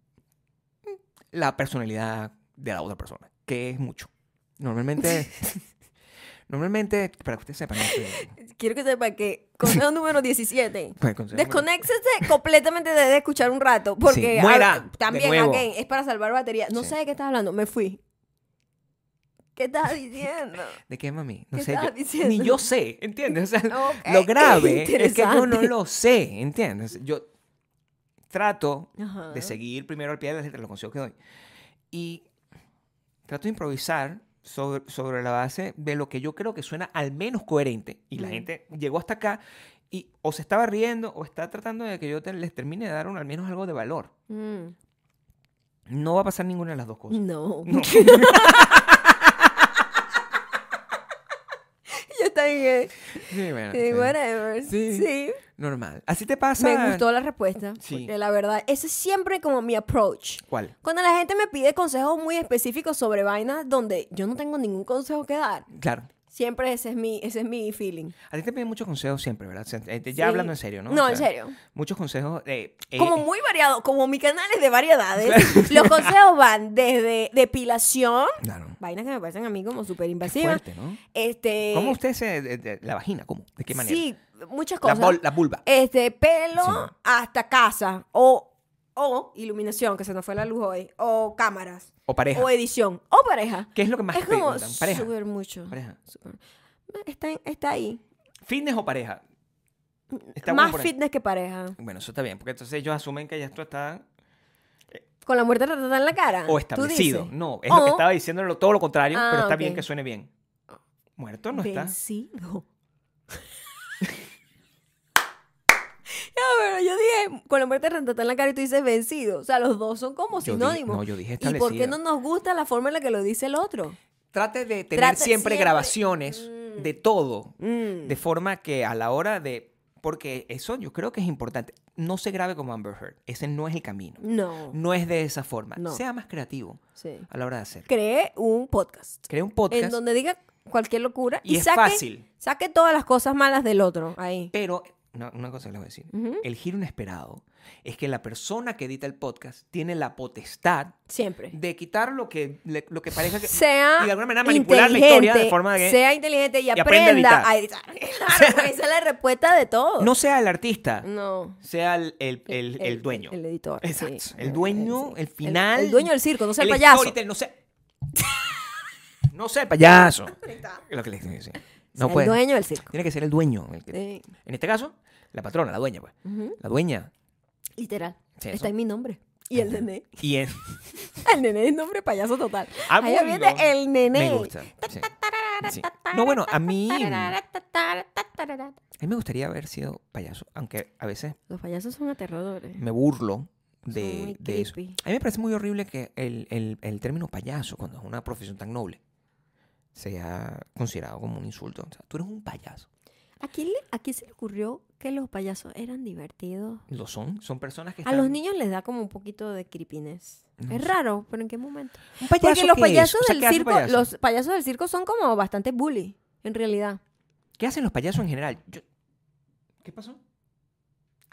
S2: la personalidad de la otra persona. Que es mucho. Normalmente. normalmente. Para que ustedes sepan. este,
S1: Quiero que sepa que consejo número 17.
S2: pues, consejo-
S1: Desconéctese completamente de de escuchar un rato. Porque
S2: Sí, muera,
S1: ah,
S2: de
S1: también
S2: nuevo.
S1: again, es para salvar batería. No
S2: Sí.
S1: sé de qué estás hablando. Me fui. ¿Qué estás diciendo?
S2: ¿De qué, mami? No
S1: ¿Qué
S2: sé.
S1: estaba
S2: yo-
S1: diciendo?
S2: ni yo sé, ¿entiendes? O sea,
S1: Ok,
S2: lo grave es que yo no
S1: interesante.
S2: lo sé, ¿entiendes? Yo trato
S1: Ajá.
S2: de seguir primero al pie de la letra los consejos que doy. Y trato de improvisar sobre, sobre la base de lo que yo creo que suena al menos coherente. Y la
S1: Mm.
S2: gente llegó hasta acá y o se estaba riendo o está tratando de que yo te- les termine de dar un- al menos algo de valor.
S1: Mm.
S2: No va a pasar ninguna de las dos cosas.
S1: No.
S2: Pues, No.
S1: Yo está bien.
S2: Sí, bueno,
S1: eh,
S2: sí.
S1: Whatever.
S2: Sí.
S1: Sí.
S2: Normal. Así te pasa.
S1: Me gustó la respuesta.
S2: Sí.
S1: Porque la verdad, ese es siempre como mi approach.
S2: ¿Cuál?
S1: Cuando la gente me pide consejos muy específicos sobre vainas donde yo no tengo ningún consejo que dar,
S2: Claro.
S1: siempre ese es mi, ese es mi feeling.
S2: A ti te piden muchos consejos siempre, ¿verdad? O sea, eh, te- ya
S1: Sí.
S2: hablando en serio, ¿no?
S1: No,
S2: O sea,
S1: en serio.
S2: Muchos consejos. eh, eh,
S1: Como muy variado, como mi canal es de variedades. los consejos van desde depilación,
S2: Claro.
S1: vainas que me parecen a mí como súper
S2: Qué
S1: invasivas.
S2: fuerte, ¿no?
S1: Este,
S2: ¿Cómo usted se. de- de- la vagina? ¿Cómo? ¿De qué manera?
S1: Sí, muchas
S2: la,
S1: cosas.
S2: bol- la vulva.
S1: este pelo
S2: Sí.
S1: hasta casa o o iluminación que se nos fue la luz hoy o cámaras
S2: o pareja.
S1: o edición o pareja
S2: ¿Qué es lo que más
S1: es
S2: te
S1: como
S2: preguntan? Pareja.
S1: súper mucho
S2: Pareja.
S1: súper- está, en- está ahí
S2: ¿Fitness o pareja? Está bueno
S1: más
S2: por ahí.
S1: fitness que pareja
S2: Bueno, eso está bien, porque entonces ellos asumen que ya esto está.
S1: con la muerte tratada en la cara
S2: O
S1: Ah, tú dices.
S2: establecido. No, es lo que
S1: O-
S2: estaba diciéndolo todo lo contrario,
S1: Ah,
S2: pero está
S1: ok.
S2: bien que suene bien. Muerto no está.
S1: vencido No, pero yo dije, con la muerte tratada en la cara y tú dices vencido. O sea, los dos son como
S2: Yo dije-
S1: sinónimos.
S2: no, yo dije
S1: ¿Y por
S2: establecido.
S1: qué no nos gusta la forma en la que lo dice el otro?
S2: Trate de tener
S1: Trate
S2: siempre,
S1: siempre-
S2: grabaciones de todo,
S1: Mm.
S2: de forma que a la hora de. Porque eso yo creo que es importante. No se grabe como Amber Heard. Ese no es el camino.
S1: No.
S2: No es de esa forma.
S1: No.
S2: Sea más creativo
S1: Sí.
S2: a la hora de hacerlo.
S1: Cree un podcast,
S2: Crea un podcast.
S1: en donde diga cualquier locura
S2: Y
S1: y,
S2: es
S1: saque,
S2: fácil.
S1: saque todas las cosas malas del otro ahí.
S2: Pero, no, una cosa que les voy a decir.
S1: Ujú.
S2: El giro inesperado es que la persona que edita el podcast tiene la potestad
S1: Siempre.
S2: de quitar lo que, le- lo que parezca que...
S1: Sea
S2: y de alguna manera manipular la historia de forma de que-
S1: sea inteligente y
S2: aprenda
S1: aprenda
S2: a
S1: a editar. Claro, porque esa es la respuesta de todo.
S2: No sea el artista,
S1: No.
S2: sea el, el- el- el dueño.
S1: Mm. El, editor.
S2: Exacto.
S1: sí.
S2: El dueño, el
S1: sí.
S2: final,
S1: El, dueño del circo, no sea el,
S2: El
S1: payaso.
S2: storyteller, no sea... no sea el payaso. Lo que les estoy diciendo. No
S1: el
S2: puede.
S1: dueño del circo.
S2: Tiene que ser el dueño. el que-
S1: Sí.
S2: En este caso, la patrona, la dueña. pues.
S1: Ujú.
S2: La dueña.
S1: Literal.
S2: Sí, eso.
S1: Está en mi nombre. Y el nené.
S2: Y es...
S1: El nené es nombre payaso total.
S2: Ah,
S1: Ahí
S2: bueno.
S1: viene el nené.
S2: Me gusta. sí. Sí. No, bueno, a mí... A mí me gustaría haber sido payaso, aunque a veces
S1: Los payasos son aterradores.
S2: me burlo
S1: Son
S2: de,
S1: muy
S2: de eso.
S1: creepy.
S2: A mí me parece muy horrible que el, el- el término payaso, cuando es una profesión tan noble, sea considerado como un insulto. O sea, tú eres un payaso.
S1: ¿A quién, le- a quién se le ocurrió que los payasos eran divertidos?
S2: Lo son, son personas
S1: A
S2: que están...
S1: los niños les da como un poquito de creepiness.
S2: No
S1: es
S2: sé.
S1: raro, pero ¿en qué momento?
S2: ¿Un payaso
S1: Porque los
S2: qué es?
S1: payasos
S2: O sea,
S1: del
S2: ¿qué hace un
S1: circo,
S2: payaso?
S1: los payasos del circo son como bastante bully, en realidad.
S2: ¿Qué hacen los payasos en general? Yo- ¿Qué pasó?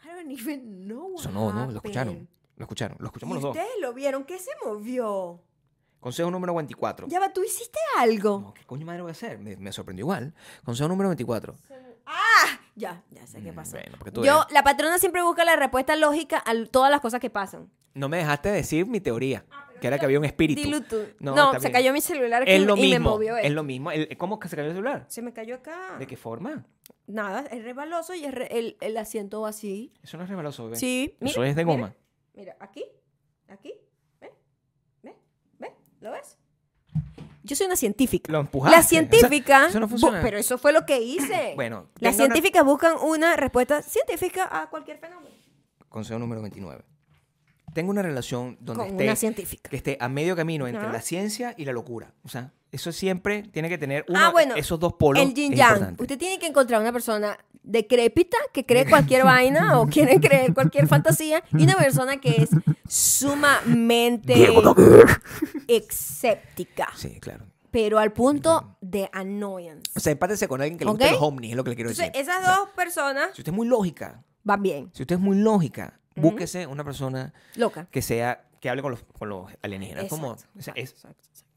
S1: I don't even know what
S2: Sonó, ¿no? Lo escucharon.
S1: happened.
S2: Lo escucharon, lo
S1: ¿Y
S2: escuchamos los dos.
S1: Ustedes lo vieron, ¿qué se movió?
S2: Consejo número 24.
S1: Ya va, tú hiciste algo.
S2: No, ¿qué coño madre voy a hacer? Me, me sorprendió igual. Consejo número 24.
S1: Ya, ya sé qué pasó.
S2: Mm, Bueno, porque tú
S1: Yo,
S2: eres-
S1: la patrona siempre busca la respuesta lógica a todas las cosas que pasan.
S2: No me dejaste decir mi teoría,
S1: Ah,
S2: que era que había un espíritu.
S1: Dilo tú.
S2: No,
S1: No,
S2: está
S1: se
S2: bien.
S1: cayó mi celular aquí
S2: Es lo
S1: y
S2: mismo.
S1: me movió
S2: es
S1: esto.
S2: lo mismo. El- ¿Cómo que se cayó el celular?
S1: Se me cayó acá.
S2: ¿De qué forma?
S1: Nada, es rebaloso y es re- el, el asiento así.
S2: Eso no es rebaloso, bebé.
S1: Sí, mira,
S2: Eso es de goma.
S1: mira, aquí, aquí, ¿ve? ¿Ve? ¿Ve? ¿Lo ves? Yo soy una científica.
S2: Lo empujaste.
S1: La científica.
S2: O sea, eso no funciona.
S1: bu- Pero eso fue lo que hice.
S2: Bueno,
S1: Las
S2: tenga una-
S1: científicas buscan una respuesta científica a cualquier fenómeno.
S2: Consejo número 29. Tengo una relación donde
S1: Con
S2: esté,
S1: una científica.
S2: que esté a medio camino entre
S1: Ajá.
S2: la ciencia y la locura. O sea, eso siempre tiene que tener uno,
S1: ah, bueno.
S2: esos dos polos.
S1: El yin
S2: es
S1: yang.
S2: importante.
S1: Usted tiene que encontrar una persona decrépita que cree cualquier vaina o quiere creer cualquier fantasía y una persona que es sumamente escéptica,
S2: Sí, claro.
S1: pero al punto de annoyance.
S2: O sea, empátese con alguien que le guste
S1: ¿Ok?
S2: los ovnis, es lo que le quiero decir.
S1: Entonces, esas dos personas
S2: Si usted es muy lógica,
S1: van bien.
S2: si usted es muy lógica, búsquese una persona
S1: Loca.
S2: que sea, que hable con los, con los alienígenas. Como,
S1: Exacto,
S2: o sea, es- Mm.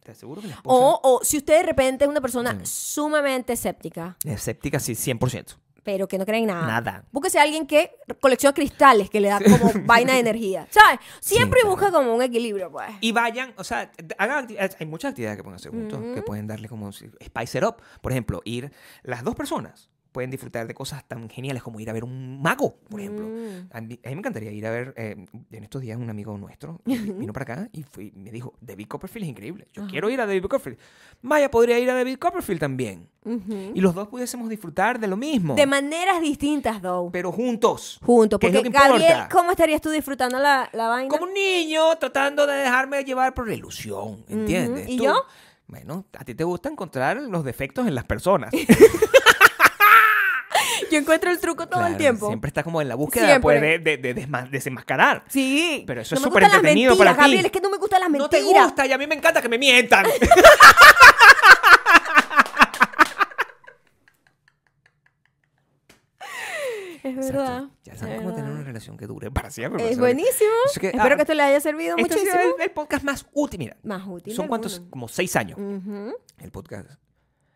S2: te aseguro que la esposa
S1: O, o si usted de repente es una persona sumamente escéptica,
S2: es escéptica, sí, 100%.
S1: pero que no cree en nada.
S2: Nada.
S1: Búsquese a alguien que colecciona cristales, que le da como vaina de energía. ¿Sabes? Siempre
S2: Sí, claro.
S1: busca como un equilibrio, pues.
S2: Y vayan, o sea, t- hagan acti- eh, hay muchas actividades que pueden hacer juntos, que pueden darle como si- spice it up. Por ejemplo, ir las dos personas pueden disfrutar de cosas tan geniales como ir a ver un mago, por ejemplo.
S1: Mm.
S2: A mí, a mí me encantaría ir a ver, eh, en estos días un amigo nuestro vi- vino para acá y fui- me dijo, David Copperfield es increíble, yo quiero ir a David Copperfield. Maya podría ir a David Copperfield también.
S1: Ujú.
S2: Y los dos pudiésemos disfrutar de lo mismo,
S1: De maneras distintas, though.
S2: pero juntos.
S1: Juntos.
S2: que es
S1: Porque,
S2: lo que
S1: Gabriel,
S2: importa.
S1: ¿cómo estarías tú disfrutando la, la vaina?
S2: Como un niño tratando de dejarme llevar por la ilusión, ¿entiendes?
S1: ¿Y
S2: Tú-
S1: yo?
S2: Bueno, a ti te gusta encontrar los defectos en las personas.
S1: Yo encuentro el truco todo
S2: Claro,
S1: el tiempo.
S2: Siempre estás como en la búsqueda
S1: Siempre.
S2: pues, de, de- de desma- desenmascarar.
S1: Sí.
S2: Pero eso
S1: No
S2: es
S1: me
S2: súper
S1: gustan las
S2: entretenido
S1: mentiras,
S2: para ti.
S1: Gabriel, es que no me gustan las
S2: No te
S1: mentiras.
S2: gusta y a mí me encanta que me mientan.
S1: Es
S2: Exacto.
S1: verdad.
S2: Ya
S1: es
S2: saben cómo tener
S1: verdad.
S2: una relación que dure para siempre.
S1: Es
S2: profesor.
S1: buenísimo.
S2: Así que,
S1: Espero
S2: ah,
S1: que esto le haya servido
S2: Este ha sido
S1: muchísimo.
S2: el, el podcast más útil. Mira,
S1: Más útil.
S2: son cuántos,
S1: alguno.
S2: como seis años.
S1: Ujú.
S2: El podcast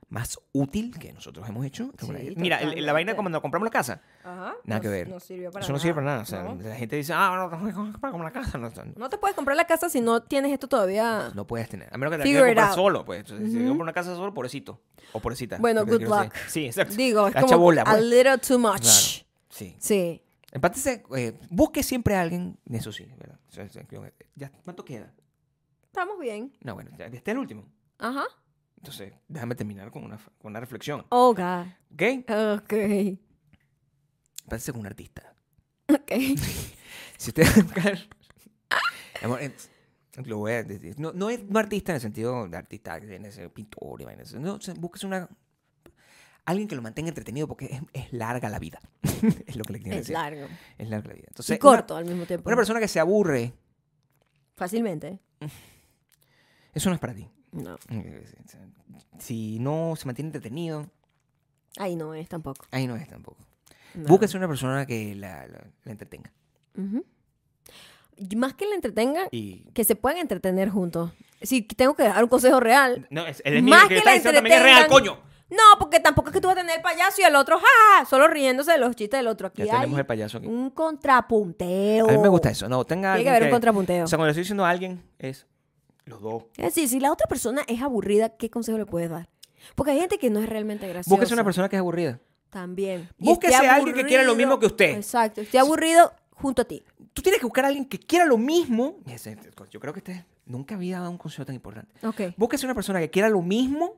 S2: más útil que nosotros hemos hecho. Que
S1: Sí,
S2: bueno, mira, el- la vaina
S1: totalmente.
S2: cuando compramos la casa.
S1: Ajá.
S2: Nada
S1: No
S2: que
S1: s-
S2: ver.
S1: No sirvió para
S2: Eso no
S1: nada.
S2: sirve para nada. O sea,
S1: No.
S2: la gente dice, ah, no, no, no, como la casa. No, no,
S1: No te puedes comprar la casa si no tienes esto todavía.
S2: no puedes tener. A menos que te la
S1: Ah. Figure it
S2: quieras comprar
S1: out.
S2: solo. Pues. Entonces, Si compras una casa solo, pobrecito. O pobrecita.
S1: Bueno,
S2: lo que te
S1: good
S2: quiero decir.
S1: luck.
S2: Sí, exacto.
S1: Digo, es
S2: La
S1: como
S2: chabola,
S1: a
S2: pues.
S1: little too much.
S2: Claro. Sí.
S1: Sí.
S2: Empátese, eh, busque siempre a alguien. Eso sí, ¿verdad? O sea, ya, ¿Cuánto queda?
S1: Estamos bien.
S2: No, bueno, ya, este es el último.
S1: Ajá.
S2: Entonces, déjame terminar con una, con una reflexión.
S1: Oh, God.
S2: ¿Ok?
S1: Ok.
S2: Empátese con un artista.
S1: Ok.
S2: Si usted. Amor, eh, lo voy a decir. No, no es no artista en el sentido de artista, que viene a ser pintor y vainas. No, o sea, búsquese una. Alguien que lo mantenga entretenido porque es, es larga la vida. es lo que le quiero
S1: Es
S2: decir.
S1: largo.
S2: Es larga la vida. Entonces,
S1: Y
S2: una-
S1: corto pues. al mismo tiempo.
S2: una persona que se aburre,
S1: Fácilmente.
S2: eso no es para ti.
S1: No.
S2: Si no se mantiene entretenido,
S1: Ahí no es tampoco.
S2: ahí no es tampoco.
S1: No.
S2: Búsquese una persona que la, la- la entretenga.
S1: Ujú. Y Más que la entretengan,
S2: Y.
S1: que se puedan entretener juntos. Si tengo que dar un consejo real.
S2: No, es,
S1: Más
S2: el
S1: que
S2: que está
S1: la
S2: diciendo también es real,
S1: entretengan.
S2: coño.
S1: No, porque tampoco es que tú vas a tener el payaso y el otro, ja, ja", solo riéndose de los chistes del otro. Aquí
S2: Ya
S1: hay
S2: tenemos el payaso aquí.
S1: un contrapunteo.
S2: A mí me gusta eso. No, tenga
S1: Tiene que
S2: alguien
S1: haber un contrapunteo.
S2: O sea, cuando le estoy diciendo a alguien, es los dos.
S1: Es decir, si la otra persona es aburrida, ¿qué consejo le puedes dar? Porque hay gente que no es realmente graciosa.
S2: Búsquese una persona que es aburrida.
S1: También. Y
S2: Búsquese
S1: esté
S2: a alguien que quiera lo
S1: aburrido.
S2: mismo que usted.
S1: Exacto. Esté aburrido junto a ti.
S2: Tú tienes que buscar a alguien que quiera lo mismo. Ese- Yo creo que este nunca había dado un consejo tan importante.
S1: Ok.
S2: Búsquese una persona que quiera lo mismo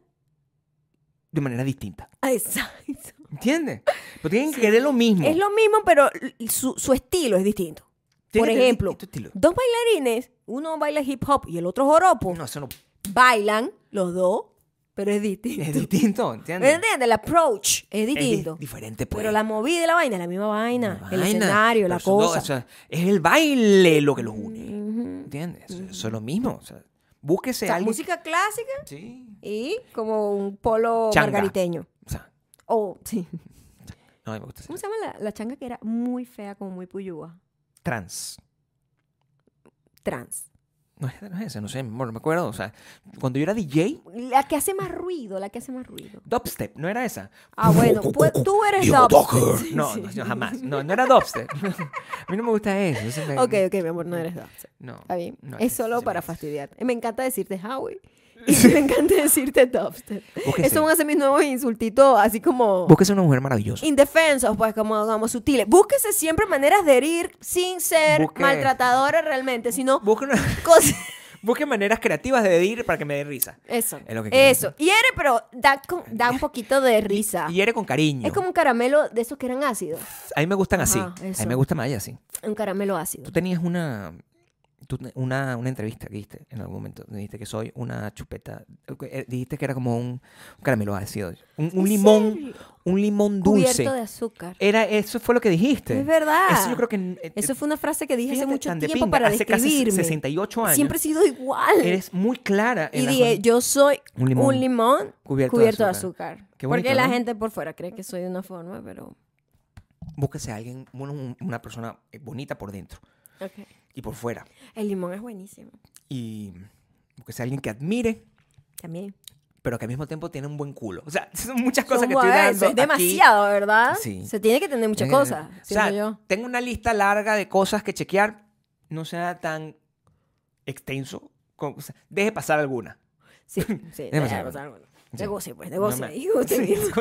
S2: de manera distinta.
S1: Exacto.
S2: ¿Entiendes? Pero tienen que querer lo mismo.
S1: Es lo mismo, pero l- su, su estilo es distinto.
S2: Tienen
S1: por
S2: que tener
S1: ejemplo,
S2: distinto estilo.
S1: Dos bailarines, uno baila hip hop y el otro joropo,
S2: No, eso no
S1: bailan los dos, pero es distinto.
S2: es distinto,
S1: ¿Me
S2: ¿entiendes?
S1: entiendes? El approach es
S2: Es di-
S1: distinto.
S2: diferente, pues.
S1: Pero la movida y la vaina es la misma vaina.
S2: Una
S1: el
S2: vaina,
S1: escenario,
S2: pero
S1: la
S2: eso no,
S1: cosa. Mm.
S2: o sea, es el baile lo que los une.
S1: Ujú.
S2: ¿Entiendes?
S1: Mm.
S2: Eso, eso es lo mismo. O sea, búsquese
S1: O sea,
S2: a alguien.
S1: música clásica
S2: Sí.
S1: y como un polo
S2: Changa.
S1: margariteño.
S2: O sea,
S1: Oh, sí.
S2: no me gusta. ese.
S1: ¿Cómo se llama la, la changa que era muy fea, como muy puyúa?
S2: Trans.
S1: Trans.
S2: No es, no es ese, no sé, mi amor, no me acuerdo. O sea, cuando yo era DJ,
S1: La que hace más ruido, la que hace más ruido.
S2: dubstep, no era esa.
S1: Ah, bueno, pues tú eres
S2: Digo,
S1: dubstep. Sí,
S2: No,
S1: sí.
S2: no, no, jamás. No, no era dubstep. a mí no me gusta eso. eso me-
S1: Ok, ok, mi amor, no eres dubstep.
S2: Eh, No.
S1: Está bien.
S2: no,
S1: es
S2: eso
S1: solo
S2: se
S1: para
S2: me-
S1: fastidiar. Me encanta decirte Howie. Y me encanta decirte dubstep.
S2: Búsquese.
S1: Estos van a ser mis nuevos insultitos, así como
S2: Búsquese una mujer maravillosa.
S1: indefensos, pues como, como sutiles. Búsquese siempre maneras de herir sin ser
S2: Busque-
S1: maltratadora realmente, sino
S2: Busque una,
S1: cosas.
S2: Busquen maneras creativas de ir para que me dé risa.
S1: Eso.
S2: Es lo que quiero
S1: eso. Hiere, pero da, con- da un poquito de risa.
S2: Y eres con cariño.
S1: Es como un caramelo de esos que eran ácidos.
S2: A mí me gustan así.
S1: Ajá,
S2: A
S1: eso.
S2: mí me gusta Maya así.
S1: Un caramelo ácido.
S2: Tú tenías una, tú te- una, una entrevista que diste en algún momento. Dijiste que soy una chupeta. eh, Dijiste que era como un, un caramelo ácido. Un, un
S1: ¿En
S2: limón.
S1: serio?
S2: Un limón dulce.
S1: Cubierto de azúcar.
S2: Era, eso fue lo que dijiste.
S1: Es verdad.
S2: Eso yo creo que. eh,
S1: Eso
S2: eh,
S1: fue una frase que dije hace
S2: fíjate,
S1: mucho
S2: tan de
S1: tiempo
S2: pinga,
S1: para
S2: hace casi
S1: describirme.
S2: 68 años.
S1: Siempre he sido igual.
S2: Eres muy clara. en
S1: y
S2: las
S1: dije,
S2: cosas.
S1: yo soy
S2: Un limón
S1: un limón
S2: cubierto
S1: cubierto,
S2: de
S1: de
S2: azúcar.
S1: azúcar.
S2: Qué bonito,
S1: Porque la
S2: ¿no?
S1: gente por fuera cree que soy de una forma, pero...
S2: Búsquese a alguien, bueno, un- una persona eh, bonita por dentro
S1: ok.
S2: y por fuera.
S1: El limón es buenísimo.
S2: Y búsquese a alguien que admire,
S1: También.
S2: pero que al mismo tiempo tiene un buen culo. O sea, son muchas cosas
S1: Son
S2: que estoy
S1: guay,
S2: dando.
S1: eso es demasiado, ¿verdad?
S2: Sí.
S1: Se tiene que tener
S2: aquí.
S1: muchas cosas,
S2: O sea,
S1: siento yo.
S2: tengo una lista larga de cosas que chequear. No sea tan extenso. con- o sea, deje pasar alguna.
S1: Sí, sí.
S2: demasiado.
S1: debe pasar algo.
S2: Sí.
S1: Negocie, pues,
S2: No
S1: negocie.
S2: me-
S1: hijo de Dios.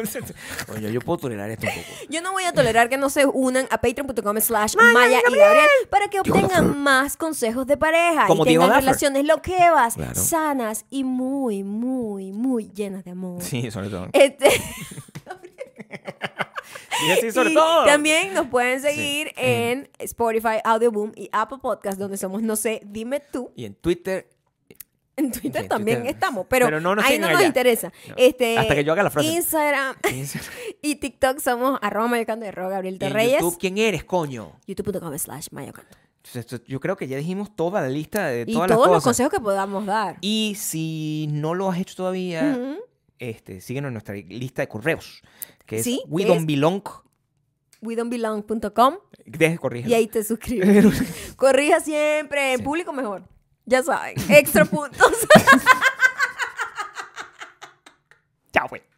S2: Oye, yo puedo tolerar esto un poco.
S1: Yo no voy a tolerar que no se unan a patreon.com slash Maya y Gabriel para que obtengan más consejos de pareja
S2: Como
S1: y
S2: Diego
S1: tengan
S2: Daffer.
S1: relaciones loquevas,
S2: Claro.
S1: sanas y muy, muy, muy llenas de amor.
S2: Sí, sobre todo.
S1: Este,
S2: Y sí, sobre
S1: y
S2: todo.
S1: También nos pueden seguir
S2: Sí.
S1: en Spotify, Audioboom y Apple Podcast, donde somos, no sé, dime tú.
S2: Y en Twitter.
S1: En Twitter
S2: Sí, en
S1: también
S2: Twitter.
S1: estamos, pero,
S2: Pero no nos
S1: ahí
S2: siguen
S1: no nos
S2: allá.
S1: interesa.
S2: No.
S1: Este,
S2: Hasta que yo haga la frase.
S1: Instagram y TikTok somos arroba mayocando y arroba Gabriel
S2: en
S1: Torreyes.
S2: YouTube, ¿quién eres, coño?
S1: YouTube.com slash mayocando.
S2: Entonces, esto- Yo creo que ya dijimos toda la lista de
S1: Y
S2: todas las
S1: todos los
S2: cosas.
S1: consejos que podamos dar.
S2: Y si no lo has hecho todavía,
S1: Ujú.
S2: este, síguenos en nuestra lista de correos, que es
S1: Sí,
S2: we
S1: que
S2: don't
S1: es-
S2: belong.
S1: WeDon'tBelong.com
S2: Deje corrige.
S1: y ahí te suscribes. Corrija siempre, en público mejor. Ya saben, extra puntos.
S2: Chao, pues.